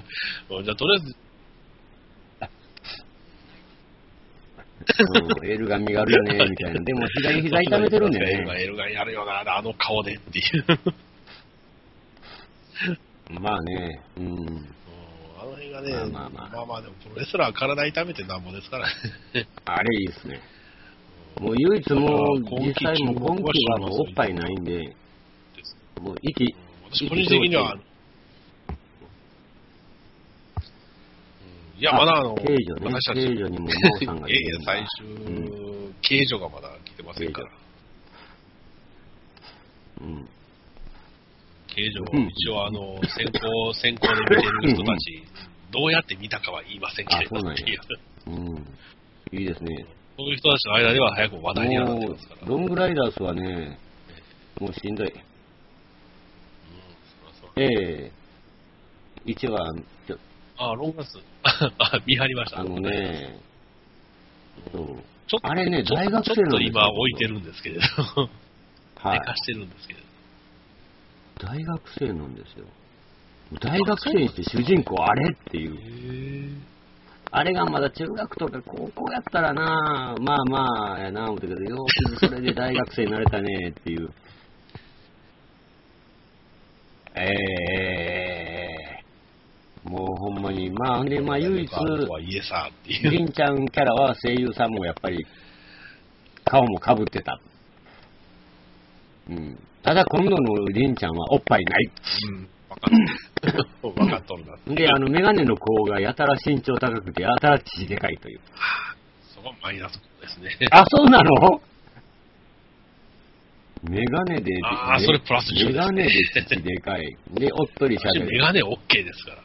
これねじゃあ、とりあえず、
うん、エルガン身軽よね、みたいな。でも左膝痛めてるんだ
(laughs)
よ
今
ね。
エルガンやるよな、あの顔でっていう。うん
まあね、うん。
あの辺がね、
ま
ま
あ
あ
ま
ま
あ
あ
まあ
でもプロレスラーは体痛めてなんぼですからね。
あれいいですね。もう唯一もう、実際もう今季はもうおっぱいないんで、もう息、
私、個人的には、うんいや、まだあの、
軽女ね
私、たち、
軽
い
女にも真央さんが
や
い
いや
る、んだ
最終、刑女がまだ来てませんから。
うん。
形状
うん
一応あの、先行、先行で見てる人たち、どうやって見たかは言いませんけれど
あそう
も
なん
っ
や
て (laughs) いう、
うん。いいですね。
そういう人たちの間では早く話題にはなって
も
ますから。
う、ロングライダースはね、もうしんどい。ええ一話、ちょ
あ、ロンガス。あ、見張りました。
あのね、そう
ちょっと、
あれね、
ちょ
大学生
ちょっ
なん
と
ですよ
今置いてるんですけれど、
は
寝
い。
かしてるんですけれど。
大学生なんですよ。大学生にして主人公あれっていう。あれがまだ中学とか高校やったらなまあまあやな思ってけど、ようそれで大学生になれたねっていう。ええもうほんまに、まあ、で、まあ唯一、
はいえさ、っていう。
りんちゃんキャラは声優さんもやっぱり、顔もかぶってた。うん。ただ今度のりんちゃんはおっぱいない。
うん。わかっわかっとるな。
で、あの、メガネの子がやたら身長高くて、やたら血でかいという。
そこはマイナスですね。
(laughs) あ、そうなのメガネで、
あー
ね
それプラス10
メガネで血でかい。で、おっとりしゃ
私
べ
メ
る。
ガネ OK ですから。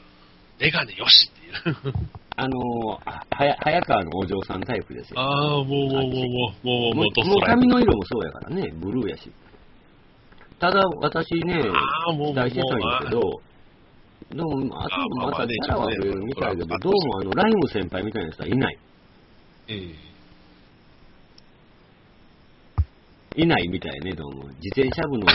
メガネよしっていう。
あのー、はや早川のお嬢さんタイプですよ。
ああ、もうもうもうもう、もうもうドス
も
ト
う
ライク
髪。の色もそうやからね、ブルーやし。ただ、私ね、
あーもう
期待してたんやけど、でも、あ
あー
と
まあ
ま
ま
た
あね
キャラは増えるみたいだけど、
ち
ど
ょっとね
うもあの、ライム先輩みたいな人はいない。
ええ
いいないみたいね、どうも。自転車部の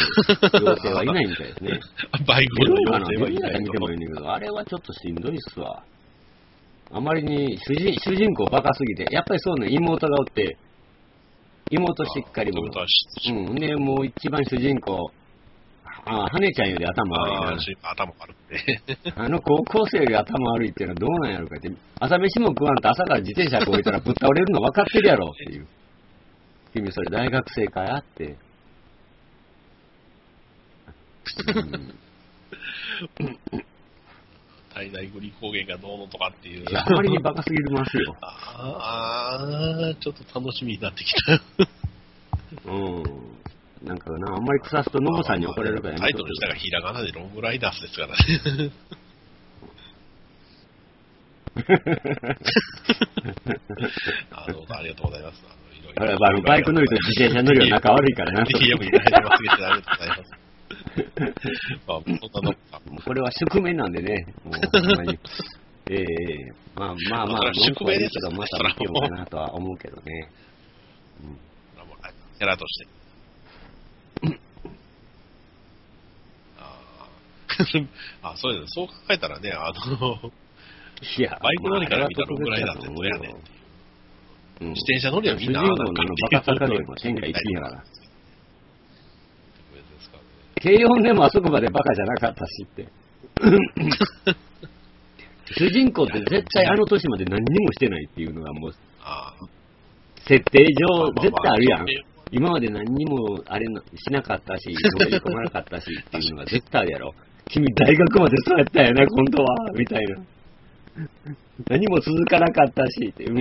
妖精はいないみたいですね。
バイク
出る
の
んかな
妖精はい
出
な
る
い
ん見
と
てもいいねんだけど、あれはちょっとしんどいっすわ。あまりに主人主人公バカすぎて、やっぱりそうね、妹がおって、妹しっかりも
妹はし
うん、で、もう一番主人公、ああ、羽ちゃんより頭
あ
悪
ー
い
し頭悪くて。
な。あの高校生より頭悪いっていうのはどうなんやろかって。朝飯も食わんと朝から自転車こいたらぶっ倒れるの分かってるやろっていう。君それ大学生かや (laughs) って。うん
体内グリ抗原がどうのとかっていう
い。や、あまりにバカすぎますよ。
あーあー、ちょっと楽しみになってきた。
うん。なんかな、あんまり腐すとノブさんに怒られるからや
タ
め
イ
と
ト
く
ルしたらひらがなでロングライダースですからね。あの、ありがとうございます。あ
あ
のい
れ
ろいろ
バイバイク乗りと自転車乗りは仲悪いからな。
いや、もういただいてますけど、ありがとうございます。まあ、そんなのか。
もうこれは宿命なんでね、もうほんまに。ええまあまあまあ、
それは宿命です
文句は言うけどまた見てようかなとは思うけどね。
キャラとして。あー (laughs) あ、そうです。そう考えたらね、あの、
いや、
バイク乗りから見たら
まあ
ぐらいだってどうやねん。
うん
自転車乗りはみんな
主人公のバカさ加減も天下一品やから。
ですかね。
軽音でもあそこまでバカじゃなかったしって。主人公って絶対あの年まで何にもしてないっていうのがもう、
ああ。
設定上絶対あるや
ま
ん
ま。ま
今まで何にもあれなしなかったし、乗り込まなかったしっていうのが絶対あるやろ。君大学までそうやったんやな、今度は、みたいな。何も続かなかったしって、うん。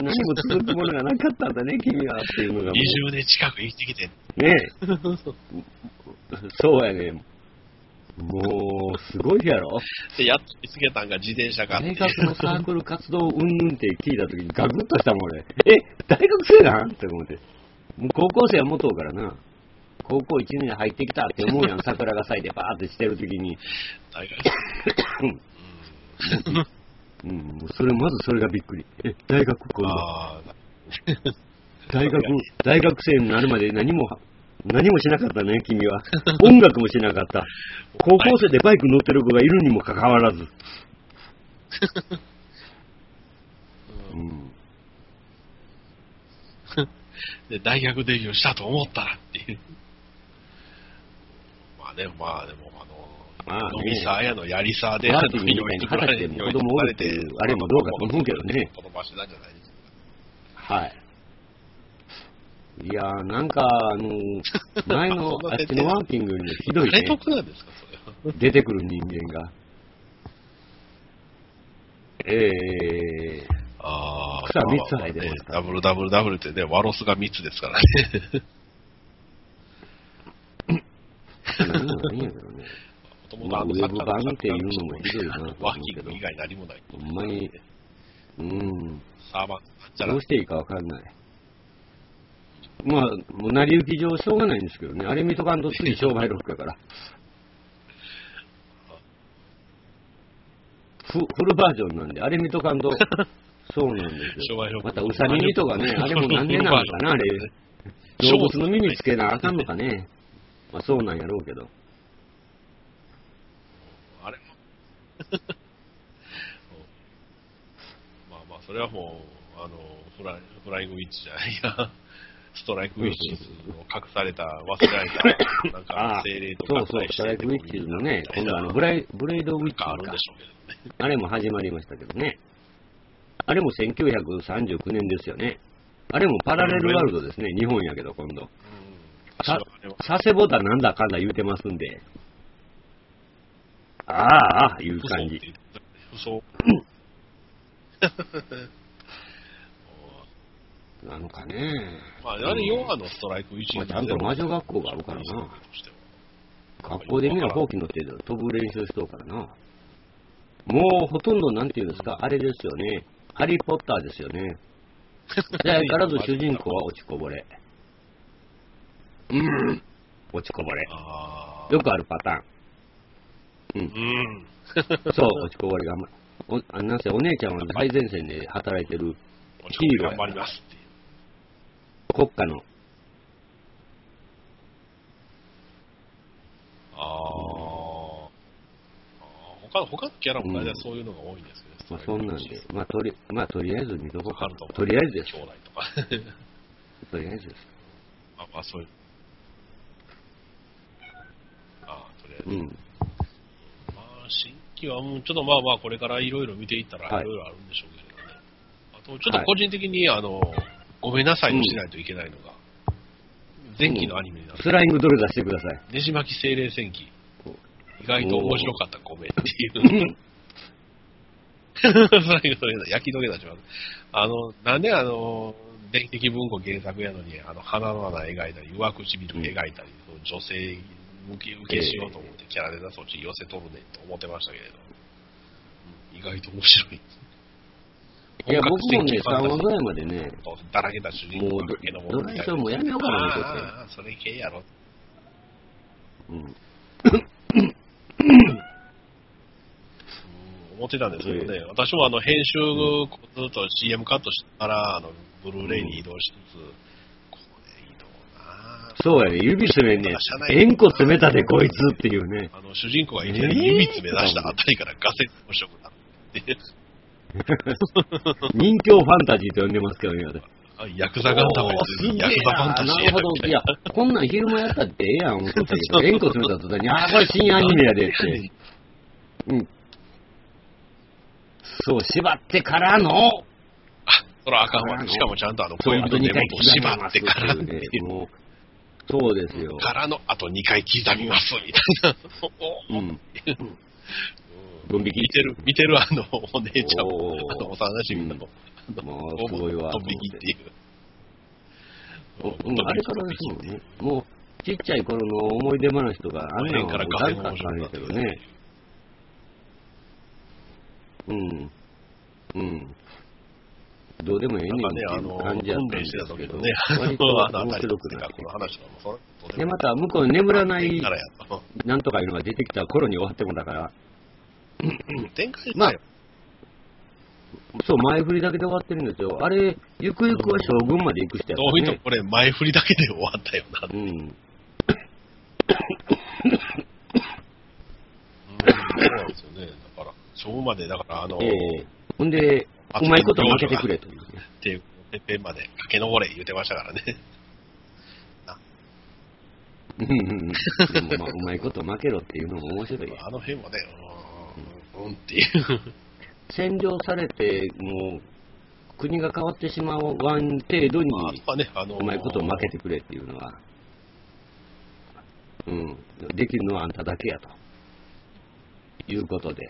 何も続くものがなかったんだね、君はっていうのがも
あ
う。
20年近く生きてきて、
ねえ。 (laughs) そうやね。もう、すごいやろ。
でやっと見つけたんが自転車かってい
大
う。
学のサークル活動うんぬんって聞いたときにガクッとしたもん俺。え、大学生なんって思って。もう高校生は元うからな。高校1年入ってきたって思うやん、桜が咲いてバーってしてるときに。
大学
うん、もうそれ、まずそれがびっくり。え、大学今度。
ああ、
大学、大学生になるまで何も、何もしなかったね、君は。音楽もしなかった。高校生でバイク乗ってる子がいるにもかかわらず。うん。
で、大学デビューしたと思ったらっていう。まあね、まあでも、あ
まあ
の、
ね
飲みさやのやりさで、
パーティーみたいに二十歳でも子供おるっていうあれもどうかと思うけどね
子供足なんじゃないですか。
はい。いやー、なんか、
(laughs)
あのー、前の
そん
あ
な
っ
設
ち
定
のワーキングよりもひどい
誰
ね、
得なんですか、それは。
出てくる人間が。え
あ
草三つ入ってますから
ダブルダブルダブルってね、ワロスが3つですからね。
ー、なんもないんやけどね。まあウェブ版っていうのもひどいなと思うけど
ワーキング以外何もない。
ほんまに、うん、
サーバー、なんちゃら
どうしていいかわかんない。まあ、もう成り行き上しょうがないんですけどね。あれ見とかんと次商売録やから。フフルバージョンなんで、あれ見とかんと、そうなんです
商
よ。
売録
またウサ耳とかね、あれも何年なのかな、
(laughs)
あれ。動物の耳つけなあかんのかね。まあそうなんやろうけど。
あれも。 (laughs) まあまあ、それはもう、あの、フライフライングウィッチじゃないや。ストライクウィッチズの隠された、忘れられた、なん
あ
か
あ、
精霊と
そう
か
そう、ストライクウィッチズのね、今度あのブ
ラ
レイ、ブレイドウィッチズ
があるん
か
で。しょうけどね。
あれも始まりましたけどね。あれも1939年ですよね。あれもパラレルワールドですね。日本やけど、今度。
うん。
さ
私はあれは
佐世保だなんだかんだ言うてますんで。ああ、ああ、いう
嘘
感
って
じ。
言った嘘。も
なのかね。
うまあ、あれ、ヨガのストライクウィッチ
ま
ズ
あ、ちゃんと魔女学校があるからな。学校でみんな放棄乗って飛ぶ練習しとうからな。もうほとんどなんていうんですか、あれですよね。ハリーポッターですよね。で、相変わらず主人公は落ちこぼれ。うん。落ちこぼれ。
ああ。
よくあるパターン。うん
う。ん。
そう、落ちこぼれがま。おあなんせお姉ちゃんは最前線で働いてる
もちろん頑張りますっていう。
国家の
他のキャラも大体そういうのが多いんですけど、
まあ、そんなんで、まあ、とり、まあ、とりあえず見とこ
わ
う
か
か
ると思。う
とりあえずです。
兄弟とか。
とりあえずです。
まあまあ、そういう。ああ、とりあえず。
うん。
まあ、新規は、うんちょっとまあまあ、これからいろいろ見ていった
は
ら、
い
いろいろあるんでしょうけれどね。あと、ちょっと個人的に、あの、ごめんなさいをしないといけないのが、前期のアニメなんです
スライムドル出してください。
ねじ巻き精霊戦記。意外と面白かった、ごめんって (laughs) いう。それそれ焼きのけたします。あの、なんであの、電気的文庫原作やのに、あの、鼻の穴描いたり、上唇描いたり、その女性向け、受けしようと思って、キャラデザそっち寄せとるねと思ってましたけれど、うん意外と面白い。 (laughs)
いや、僕もね、3話ぐ
い
らいまでね、
だらけた主人公
もう
だ
ド
けど
ドラえしょんもやめようかなと思って
ああああそれ系やろ。
うん。
思ってたんですけどね、私もあの編集をずっと CM カットしながら、あのブルーレイに移動しつつ、これいいと思うな
そうやね、指攻めんね、円弧攻めたでこいつっていう
(laughs)
ね。
あの主人公がいきなり指詰め出したあたりからガセッとしよくなって、
人形ファンタジーと呼んでますけどね、私。
あヤクザガンダムやつ
おーすげ
ヤ
え
クザファンタジ
な
ー
る
や
ほど。いや、こんなん昼間やったってええやん、思ってたけど、円弧詰めた途端に、ああ、これ新アニメやでって。うん。そう、縛ってからの、
あ、そらあかんわ。しかもちゃんとあの恋人の根元を縛ってからっていう
もう、そうですよ。
からの、あと2回刻みます、みたいな。
う
(laughs) お
ん。
お
分引き
見てる、見てるあの、お姉ちゃん
お
も、
ー
あの、幼馴染みの、 (laughs)
もう、すごいわ。
飛び切っていう。
おうんあれからですもんね。もう、ちっちゃい頃の思い出話とか、あ
あ
ん
の
な
辺
のも
から
う
ガ
だ
セ
いぶ
も
あっ
面
たんで
白か
すけど
った
ね。うん。うん。どうでもええねん
なんか
って
ね、あの
いう感じ、やっ
訓
た
練
んで
し
す
てた時
けど
のね、あ
割と
の、あの
面
辺り
白
の
くなって
この話はもうそれ、どう
で、
も
また向こうに眠らない
天からやったの
なんとかいうのが出てきた頃に終わってもだから、
展開
まあそう、前振りだけで終わってるんですよ。あれ、ゆくゆくは将軍まで行く人や
どう見
った
てもこれ、前振りだけで終わったよな。
ね。うん。
そうなんですよね。だから、勝負まで、だから、あの、
ええほんで、うまいこと負けてくれというね。
っていう、てっぺんまで駆け上れ言ってましたからね。
うんうん (laughs) うんでもまあ、うまいこと負けろっていうのも面白い。
あの辺はね、うーん、うんっていう。
占領されて、もう、国が変わってしまうわん程度
まあ、
に、
まあね、あの、
うまいこと負けてくれっていうのは、うん、できるのはあんただけやと。いうことで。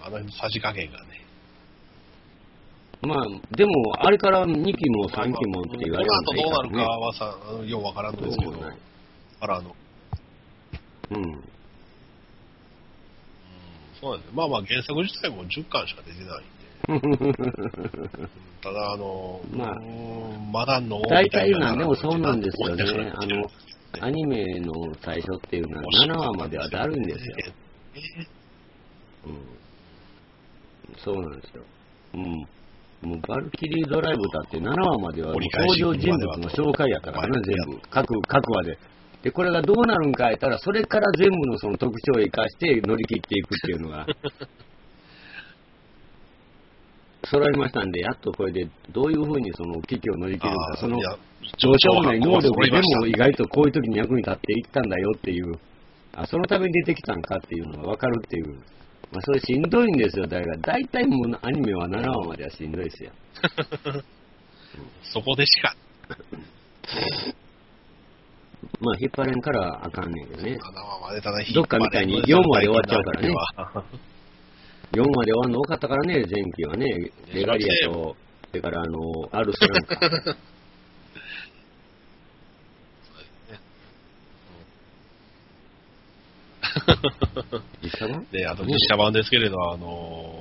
あの辺のさじ加減がね。
まあ、でも、あれから2期も3期もって言われ
この後どうな
て
るかはさ、あのようわからんのですけど、
そうね
あら、あの、
うん。
そうなんですよまあまあ原作自体も10巻しか出てないんで。
(laughs)
ただ、あの、
まあ
うーんまだの
大体なんでもそうなんですよね
みたいな
あのアニメの最初っていうのは7話まではだるいんですよ。うん、そうなんですよ。うん。もうバルキリードライブだって7話まではもう登場人物の紹介やからね、全部。各、各話で。で、これがどうなるんか言ったら、それから全部のその特徴を生かして乗り切っていくっていうのが、揃いましたんで、やっとこれでどういうふうにその危機を乗り切るのか、その
上
上昇内能力
これ
でも意外とこういう時に役に立っていったんだよっていう、あそのために出てきたんかっていうのが分かるっていう、まあ、それしんどいんですよ、だから大体もうアニメは7話まではしんどいですよ。
そこでしか、
まあ引っ張れんからあかんねんけど
7
ね、
話までただ
どっかみたいに4話で終わっちゃうから
(laughs)
ね
ね。
4話で終わるの多かったからね、前期はね、レガリアと、それからあの、アルスなんか。実写版
で、あと実写版ですけれど、あの、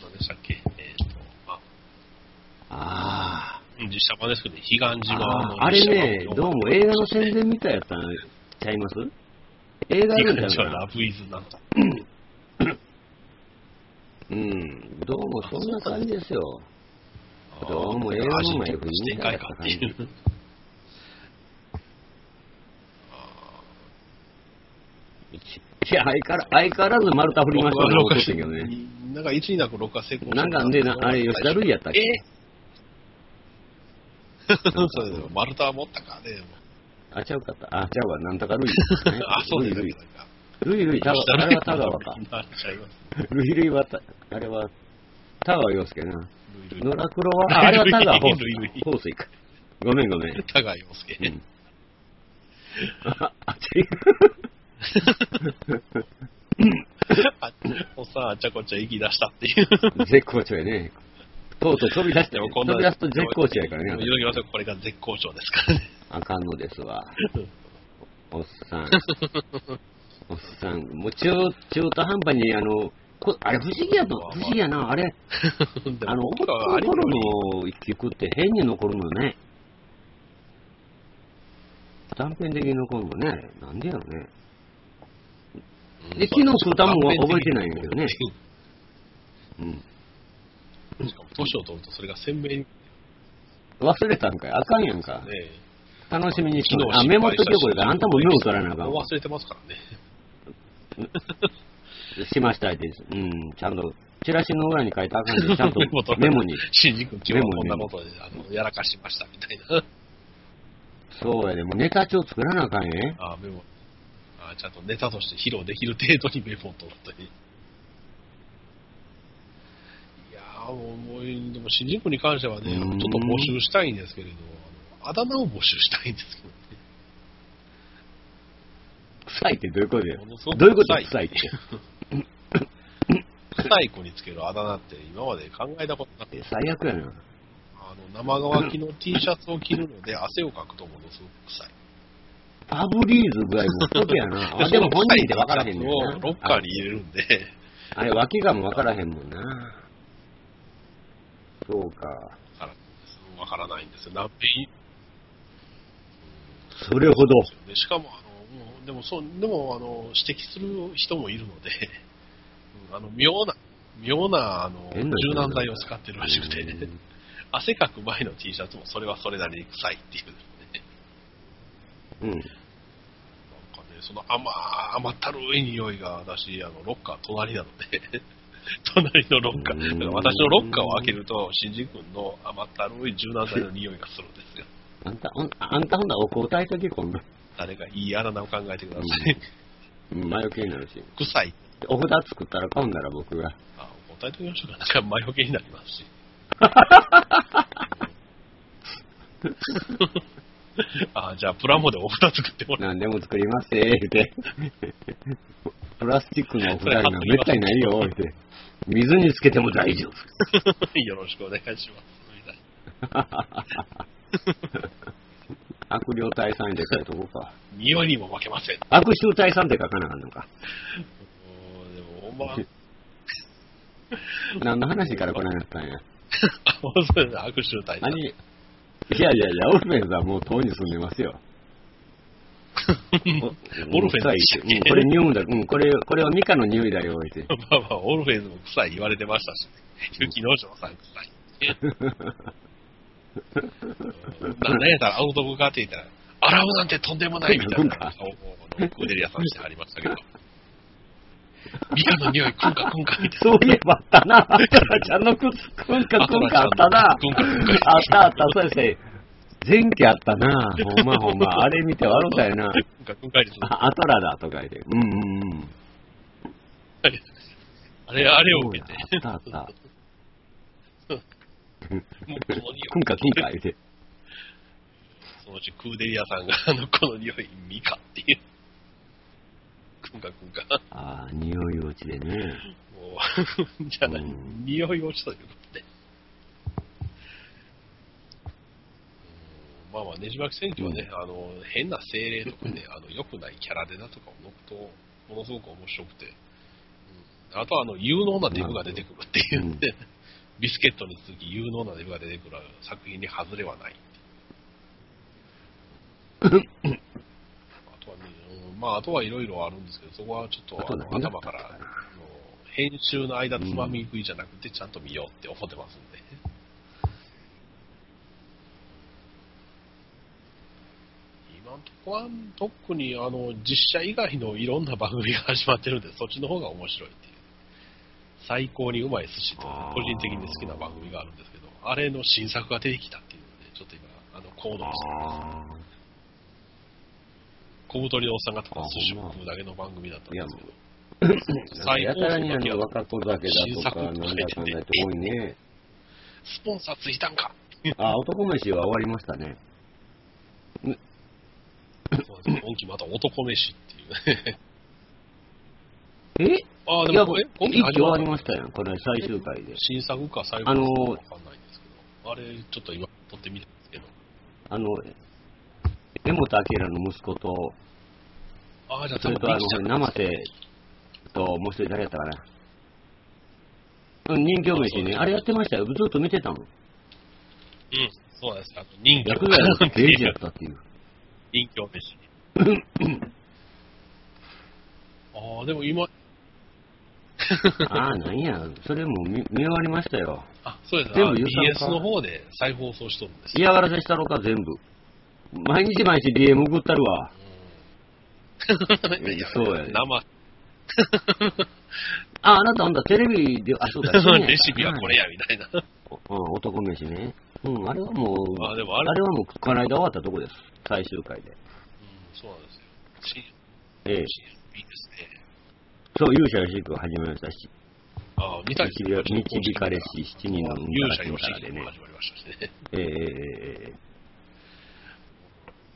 何でしたっけ、えっ、と、まあ、
ああ。
うん実写版ですけど、彼岸島
あ
の
あれ
実写版
ね、どうも映画の宣伝みたいやったんちゃいます映画あるん
彼
ち
岸
ゃうか
島
な
ラブイズなんか。
うん、どうもそんな感じですよ。どうも
あー
映画の前
アジトの視点開花っていう。
一いや、相変わら相変わらず丸太振りましょうな、怒ってんけどね。
なんか一になく録画成功
なんかね、なあれ、吉田類やったっけ
えそうですよ。丸太は持ったかね。
(laughs) あ、ちゃうかった。あ、ちゃうわ、なんとか類ですね。
(laughs) あ、
(laughs)
そうです
類
ね
類。類類、田川、あれは田
(laughs)
川か。
あちゃいます
類類はた、あれは、田川陽介な。
ルイルイ
野良黒は、ああれは田川放
類類類
水。放水か。ごめんごめん。
田川陽介。
うんあ、あっち。
あおっさんあっちゃこっちゃ行き出したっていう。
絶好調やね。とうとう飛び出して、
でもこんな
飛び出すと絶好調やから
言
ね。
うときますよこれが絶好調ですからね。
あかんのですわ。おっさ
(laughs)
ん。おっさん。もう中、中途半端に、あの、こあれ不思議やと、不思議やな。あれ、
でも
あの、
僕らは
男
ありの
の
に
頃の一曲って変に残るのね。断片的に残るのね。なんでやろね。で、昨日食うたもんは覚えてないんだけどね。うん。
しかも年を取るとそれが鮮明にね、
忘れたんかい。あかんやんか。楽しみにしとるあ、メモっときよ、これから。あんたもメモ取らなあかんわ
忘れてますからね。
しましたいです。うん、ちゃんと、チラシの裏に書いてあかんで、ちゃんと
メモ取らな
メモに。
新宿君、今日はこんなことで、あの、やらかしましたみたいな。
そうやで、もうネタ帳作らなあかんね。
あメモ。あちゃんとネタとして披露できる程度にメモを取って。いやーもう、もう、でも新人区に関してはね、ち
う
ょっ
ん
と募集したいんですけれど、あのあだ名を募集したいんですけどね。
臭いってどういうことだよ
ものすご。く
(laughs) どういうこと
臭い
臭いって。
臭い子につけるあだ名って今まで考えたことなくて、
最悪やな。
あの、生乾きの T シャツを着るので汗をかくとものすごく臭い。
パブリーズぐらいも太くやな。あ、でも本人って分からへんねん
その臭い T シャツをロ
な
ッ。カーに入れるんで、
あれ、脇がも分からへんもんな。そうか。
だからわからないんですよ。何遍
それほど。
でしかもあの、もうでもそうでもあの指摘する人もいるので、 (laughs) うんあの妙な、妙なあの柔
変な人だ
軟剤を使ってるらしくて、 (laughs) 汗かく前の T シャツもそれはそれなりに臭いっていう、ね、
うん。
なんかね、その甘甘ったるい匂いが私、あのロッカー隣なので、 (laughs) 隣のロッカー、だから私のロッカーを開けると、新人君の甘ったるい柔軟剤の匂いがするんですよ。
あんた、ほんあんたほんだらお答えとき、今度。
誰かいいあだ名を考えてください。
うん魔除けになるし。
(laughs) 臭い。
お札作ったら買うんだら僕が。
あ、お答えときましょうか。なんか前置きになります (laughs) し。あ、じゃあ、プラモでお札作ってもらう。
何でも作りますえって。プラスチックのお札なんかめったにないよ、って。水につけても大丈夫。
よろしくお願いします。みたい
悪霊退散で書いとこうか。
な匂いにも負けません。
悪臭退散って書かなあかんのか。
おーでも、お (laughs) 前、
何の話からこれになったんや。
あ、そうです握手隊
何いやいやいや、オルフェンズはもう当に住んでま
(laughs)
すよ。
オルフェンズ
臭いってうんこれ匂うんだ。うん、これ、これはミカの匂いだよ、って。
まあまあ、オルフェンズも臭い言われてましたし、雪の城さん臭い。なんだやったらアウトブカーティーたら、洗うなんてとんでもないみたいな顔をあのコーデリアさんしてはりましたけど、ミカの匂い、くんかくんかみたい
そういえばあったな。あたらちゃんのくくんかくんかあったな。あ
くんかくんか
ったあった、そうですね。前期あったな。ほんまほんま。あれ見て笑ったよな。
な、くんかくんかにする
あ、アトラだとか言って。うんうんうん。
あれ、あれを受けて、
そうやあったあった。
もうこの匂い、
くんかくんか言って。
そのうちクーデリアさんが、あの、この匂い、ミカっていう。くんかくんか。
ああ、匂い落ちでね。
もう、 (laughs) じゃない、
うん
匂い落ちということで。うんまあまあ、ねじまき選挙はね、あの、変な精霊とかね、あの、良くないキャラでなとかを抜くと、ものすごく面白くて、うんあとは、あの、有能なデブが出てくるっていうね、ビスケットに続き有能なデブが出てくる作品に外れは (laughs) ない。あとはね、うんまあ、あとはいろいろあるんですけど、そこはちょっ
あ
と
と
あの
何だった
頭
か
か
な
ら、あの編集の間つまみ食いじゃなくて、ちゃんと見ようって思ってますんで。今なんとこは、特にあの、実写以外のいろんな番組が始まってるんで、そっちの方が面白いっていう。最高にうまい寿司と
あー
個人的に好きな番組があるんですけど、あれの新作が出てきたっていうので、ちょっと今、あの、コードして
ああ。
小太りのおっさんがとか
あ
寿司
ほん
を
ま
食うだけの番組だったん
い
で
や、
す
も
けど、
う、やたらにあの若子酒だとか、なんだかんだって多いね。
スポンサーついたんか
あ、男飯は終わりましたね。
そうです今期また男飯っていう。
え
ああ、で
いや、
も、
もう
え、
一
今期
気終
始ま
わ
っ
り
た
ましたよ。これ最終回で。
新作か最後
あの
かわかんないんですけど、あれ、ちょっと今、撮ってみたんですけど、
あの、江本明の息子と、
ああ、じゃあ
そ
多
れ
分
とあ
できちゃ
の、
ったん
生
です
瀬と、もう一人誰やったかな。うん、人形飯ね。あれやってましたよ。ずっと見てたもん。
うん、そうなんです。あの、人形
役が0時やっ
(laughs)
たっていう。
人形飯。ああ、でも今、
ああ、なんや。それも見見終わりましたよ。
あ、そうですね。
全
あ
部
の
言う
BS
たのか
の方で再放送しとるんですよ。
嫌がらせしたろか、全部。毎日毎日 DM 送ったるわ。
いや
(laughs) そうやね
生、
あ、あなた、あんたテレビで、あ、そうだ、そう
(laughs)
や
レシピはこれや、みたいな。
うん、男飯ね。うん、あれはもう、
あ
あ
で
れ
もあれ
はもう、この間終わったとこです。最終回で。
うんそうなんですよ。新
ええ、
新いいですね。
そう、勇者よしく始めましたし、
ああ、見たいですね
導かれし、七人の
勇者
の
よし
力で
も
ね。
始まりましたしね。
ええええええ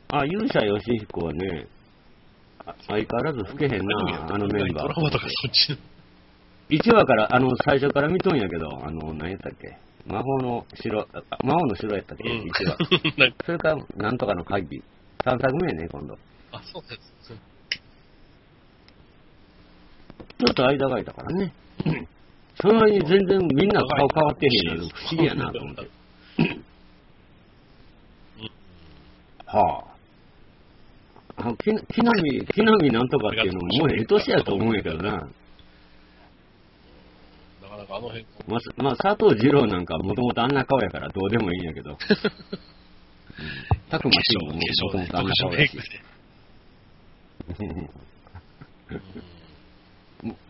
あ、勇者よしひこはね、あ相変わらず (laughs) 老けへ
(laughs)
んな、あのメンバ
ドラマと
ー。
かそっちの。
1話から、あの、最初から見とんやけど、あの、何やったっけ魔法の城、あ魔王の城やったっけ、
うん
一話。
(laughs) なんか
それから、なんとかの鍵。3作目やね、今度。
あ、そうなんです。
ちょっと間が空いたから (laughs) ね。その割に全然みんな顔変わってへんの不思議やなと思って。はあ。あの木木並、木並なんとかっていうのももうええ年やと思うんやけどな。
なかなかあの辺、
まあ、すまあ、佐藤二郎なんかもともとあんな顔やからどうでもいいんやけ
(laughs)
ど。うんたくましいももともとあんな顔やし。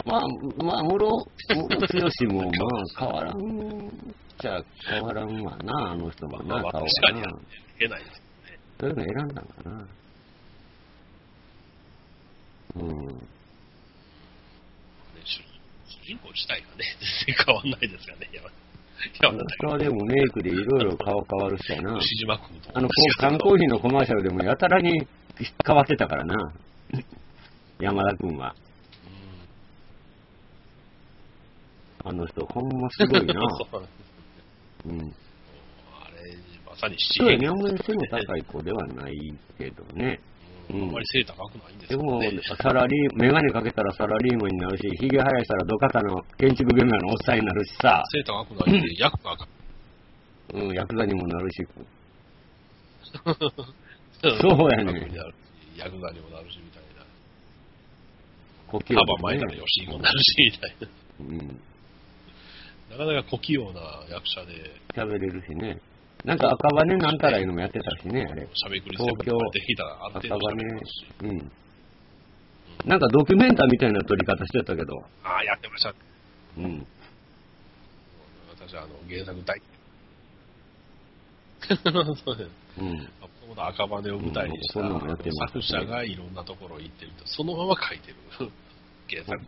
まあ、まあ、室、室剛も、まあ、変わらんじゃ変わらんわな、あの人も
ま
な、
あ、
顔
確
は
かに
な。
出ないです。
そういうの選んだんかな。うん。
ね主主人公自体がね、 (laughs) 全然変わんないですがね。
あ
山
の
田
人はでもメイクでいろいろ顔変わるしやな。
牛島君と
あの、こう缶コーヒーのコマーシャルでもやたらに変わって
(laughs)
たからな。山田君は。あの人、ほんますごいな。
(laughs) そうなんです
うん。
あれ、まさに
す
七
ご
変
いね、
化
お前背の高い子ではないけどね。
うんあんまり背高くないんですけ
で
ど
も
ね。、
サラリー、メガネかけたらサラリーマンになるし、ひげ生やしたらドカタの建築現場のおっさんになるしさ、
背高くないんで、役が、
うん、役座にもなるし、
そう
やね
役がにもなるし、みたいな。
呼吸
幅前なら吉井もなるし、みたいな。
うん、
なかなか小器用な役者で、
喋れるしね。なんか赤羽なんたらいうのもやってたしね、あれ。
しゃべくりセブンとかできたら、ある程度喋れますし。
うん。なんかドキュメンタみたいな撮り方してたけど、
ああ、やってました。
うん。
私はあの原作大嫌い (laughs) そうです。
うん。
もともと赤羽を舞台にした、
うんそんなのやってます
作
ね
者がいろんなところ行ってると、そのまま書いて (laughs) る原作。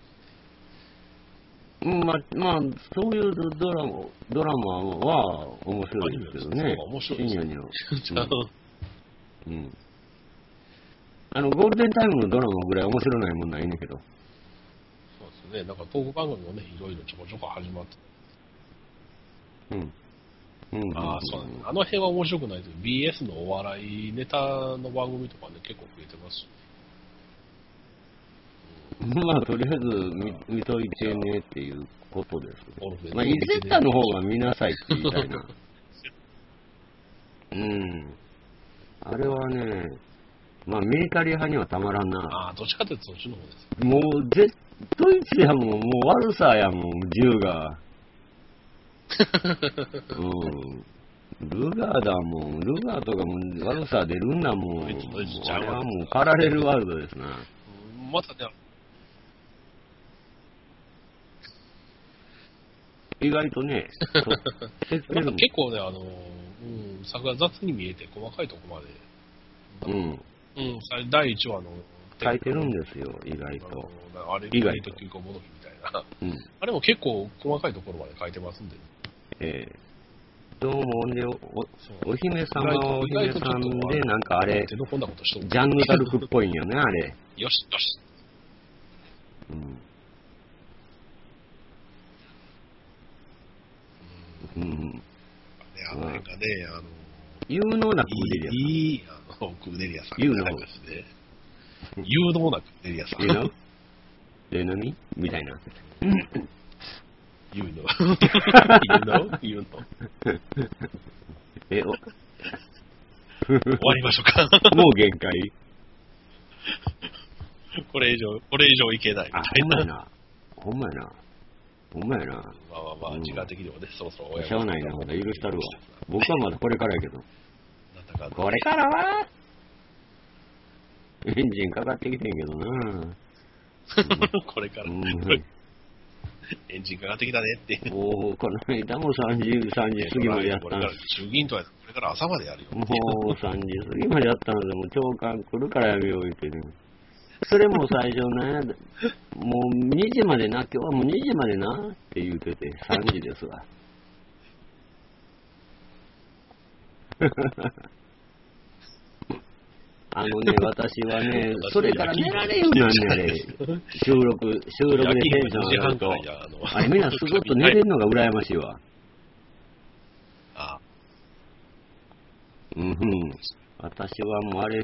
うんまあ、まあ、そういうドラマ、ドラマは面白いですけどね。
面白いですね
深夜には
ち (laughs) ゃんと
うん。あの、ゴールデンタイムのドラマぐらい面白ないもんないねんけど。
そうですね、なんかトーク番組もね、いろいろちょこちょこ始まって、
うん。うん。
ああ、そうなんですあの辺は面白くないですけど、BS のお笑いネタの番組とかね、結構増えてますし、
(laughs) まあ、とりあえず見、見といてねっていうことです。
ゴルフで
まあ、イゼッタの方が見なさいって言いたいな。うん。あれはね、まあ、ミリタリー派にはたまらんな。
ああ、どっちかというとそっちの方です。
もう、ぜ、ドイツやもん、もう (laughs) 悪さやもん、銃が。うん。ルガーだもん。ルガーとかも悪さ出るんだもん。
こいつこいつちゃ
あ
う
れ
わ
はもうパラレルワールドですな。
またね、
意外と (laughs) ね、と設定
なんか
も
結構ね、あの、うん、作が雑に見えて、細かいとこまで。
うん、
うん、さ第1話の。
書いてるんですよ、意外
あ
と。
のあれ、
意
意
外
外
と
と休暇もどきみたいな。
うん。
あれも結構細かいところまで書いてますんで、
ええどうも、ほんで、
そう
おお姫様はお
意外
姫
と
さ
意外とちょ
ん
っと
で、なんかあれ、
手の込んだことしと
ジ
る
ャンヌ・ダルクっぽいんよね、あれ。
よし、よし。
うん。うん、
ね、あの辺がね、あの、
有能なクーデリア
いい、いい、あの、クーネリアさん
有能
なんかですね。有能なクーネリアさん。
いいのレノミみたいな。
有能。有能有能。
え、 (laughs) お
終わりましょうか。
もう限界
これ以上、これ以上いけないみた
あ、ほんまや
いな。
な。ほんまやな。ほんまやな。
まあまあまあ、
うん
時間的にもね、そろそろ
しゃあないな、まだ許したるわ。僕はまだこれからやけど。
なんだかんだ
これからはエンジンかかってきてんけどな。
これから、
う (laughs)
エンジンかかってきたねって。
ん、もう、この間も3時、3時過ぎまでやっ
こ
た
れ
ん
から衆議院とはこれから朝までやるよ。
もう3時過ぎまでやったので、もう長官来るからやめよう言ってね。それも最初ね、もう2時までな、今日はもう2時までなって言うてて、3時ですわ。 (laughs) あのね、私はね、それから寝られんようになんねんね、収録、収録でテンション上がると。
や、あの、
あれみんなすごっと寝れんのが羨ましいわ。
あ
うんうん。私はもうあれ、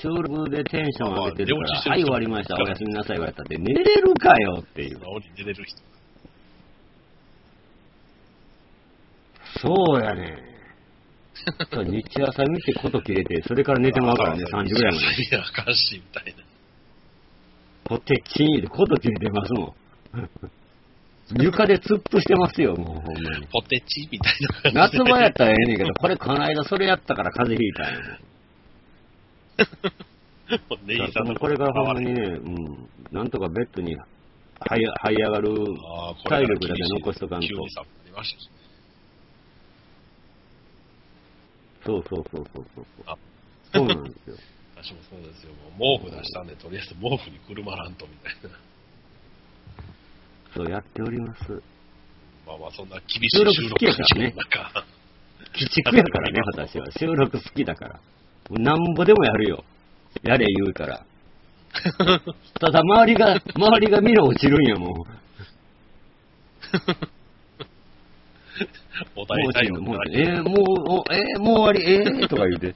収録でテンション上げてるか
まあまあ寝落ちして
ら、
る
はい、終わりました、おやすみなさい言われたって、寝れるかよっていう
素。直に寝れる人。
そうやね。そう日朝見てこと切れて、それから寝てまうからね、3時ぐらいまで。
いや、あかんし、みたいな。
ポテチンでこと切れてますもん。床で突っ伏してますよ、もうほんまに。
ポテチみたいな感じで。
夏場やったらええねんけ (laughs) ど、これこの間それやったから風邪ひいたんよ
ネギさんの
これからほんまにね、うん、なんとかベッドに這い這い上がる
あー
体力だけ残しとかんと
急にさ、出ましたしね
そうそうそうそうそう
あ。
そうなんで
(laughs)
すよ。
私もそうですよ。もう毛布出したんで、とりあえず毛布にくるまらんと、みたいな。 (laughs)
そうやっております。
まあまあ、そんな厳しい収録環境の中。
鬼畜やからね、 (laughs) 私は。収録好きだから。なんぼでもやるよ。やれ言う
(laughs)
から。ただ、周りが、周りが見ろ落ちるんやもん。も
お題
う落
対
ちる
応も、
もうえーもう、おえーもう終わり、えーとか言うて。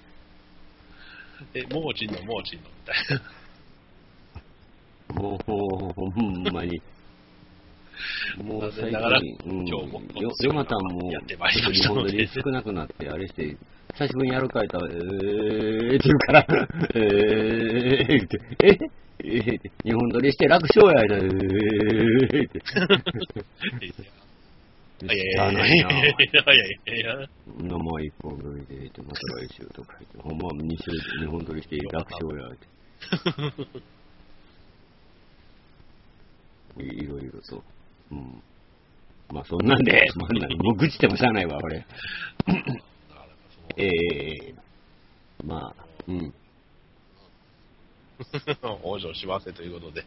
え、もう落ちんの、もう落ちんの、みたいな。
もう、ほん
(laughs)
まに。もう最
残念ながら
近、うん、
今日も
よ、ヨマタンも、
やってまいりましたので
リモートで少なくなって、あれして、久しぶりにやるかいたら、えーって言うから、 (laughs) えーって、ええーって日本撮りして楽勝や、えーって。
いやいやい (laughs) やいやいやいやいや。
のま一本撮りで、また来週とか言って、ほんま二週日本撮りして楽勝や、って。いろいろと。うん。まあそんなんで、まあそんなんで、もう愚痴でもしゃあないわ、俺。
だからその
ええまあ、うん。
(laughs) 往生しませんということで、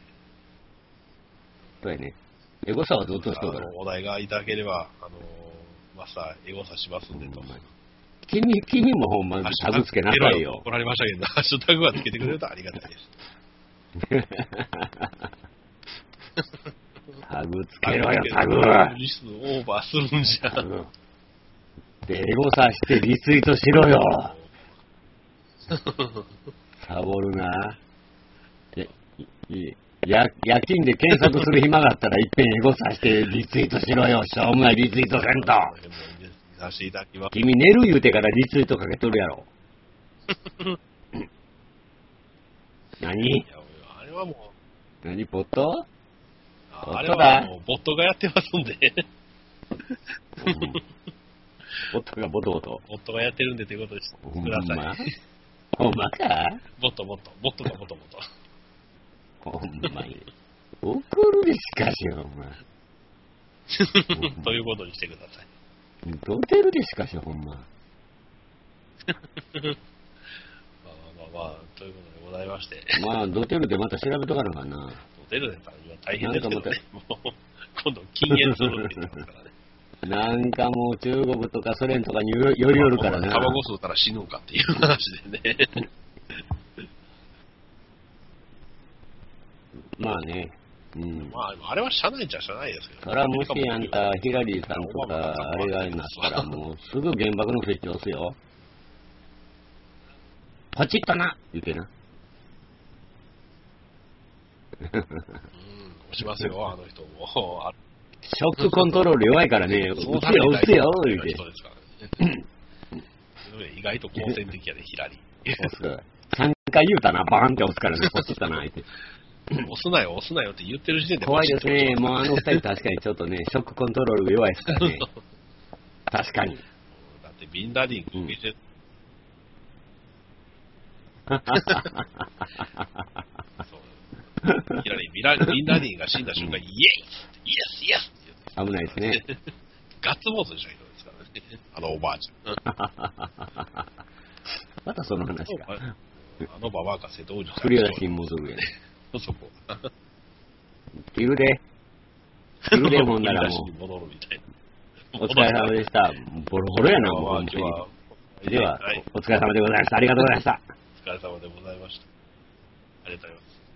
そうやね。エゴサはずっとしとるか
あ
ら
の。お題がいただければ、あのマスター、エゴサしますんでと。
君、君もほんま
ハッシュ
タグつけなさいよ。
怒られましたけど、 (laughs) ハッシュタグはつけてくれるとありがたいです。
タグつけろよ、タグ
リスオーバーするんじゃ。
で、エゴサしてリツイートしろよ。サボるな。で、いいや、夜勤で検索する暇があったら、いっぺんエゴサしてリツイートしろよ。しょうもないリツイートせんと。
させていただきます。
君寝る言うてからリツイートかけとるや (laughs) ろ。何
いやあれはもう、
何ポット
(laughs) あれはもう、ボットがやってますんで、
夫がボトボト。
夫がやってるんでということです。
ほん
(laughs) ください。
まほんまか
もっともっと、もっともっともっと。
ほんまに。怒るでしかし、ほんま。
(laughs)
ん
ということにしてください。
ドテるでしかし、ほんま。
まあまあまあまあ、ということでございまして、
まあ、ドテるでまた調べとかなあかんな。
出るネタには大変ですけどね、もう、今度禁煙するって言ってますからね。
なんかもう中国とかソ連とかによよりよるからな。
タバコ吸うたら死ぬんかっていう話でね。
まあね。うん。
まあ、あれは社内じゃ社内ですけど、
そらもしあんた、ヒラリーさんとか、あれがなったら、もうすぐ原爆の設置押すよ。パチッとな言うてな。
うん、押しますよ、あの人も。あ
ショックコントロール弱いからね、撃
そう
つよ、撃つよ、言うて
人。ですからね。意外と好戦的やで、ヒラリー。
押すから。3回言うたな、バーンって押すからね、パチッとな、言うて。
押すなよ、押すなよって言ってる時点で
怖いで
(laughs)
すね。もうあの二人確かにちょっとね、ショックコントロール弱いですから
(laughs)
ね。確かに。
だってビンラディング受けて、そういきなりビラビンラディンが死んだ瞬間、イエイイエスイエスって
危ないですね。
(laughs) 言って、ガッツポーズした人ですからね、あのおばあちゃん。
またその話か。
あのババアか瀬戸内さん。
クリアだしに戻るやん。
そこ。
言うで。言
(laughs)
うでもんならも
振り出しに戻るみたいな。
う、お疲れ様でした。ボロボロやな、もう
まあ
ほん
今
ま
日は
に。では
はい、
お疲れ様でございました。ありがとうございました。
お疲れ様でございました。ありがとうございます。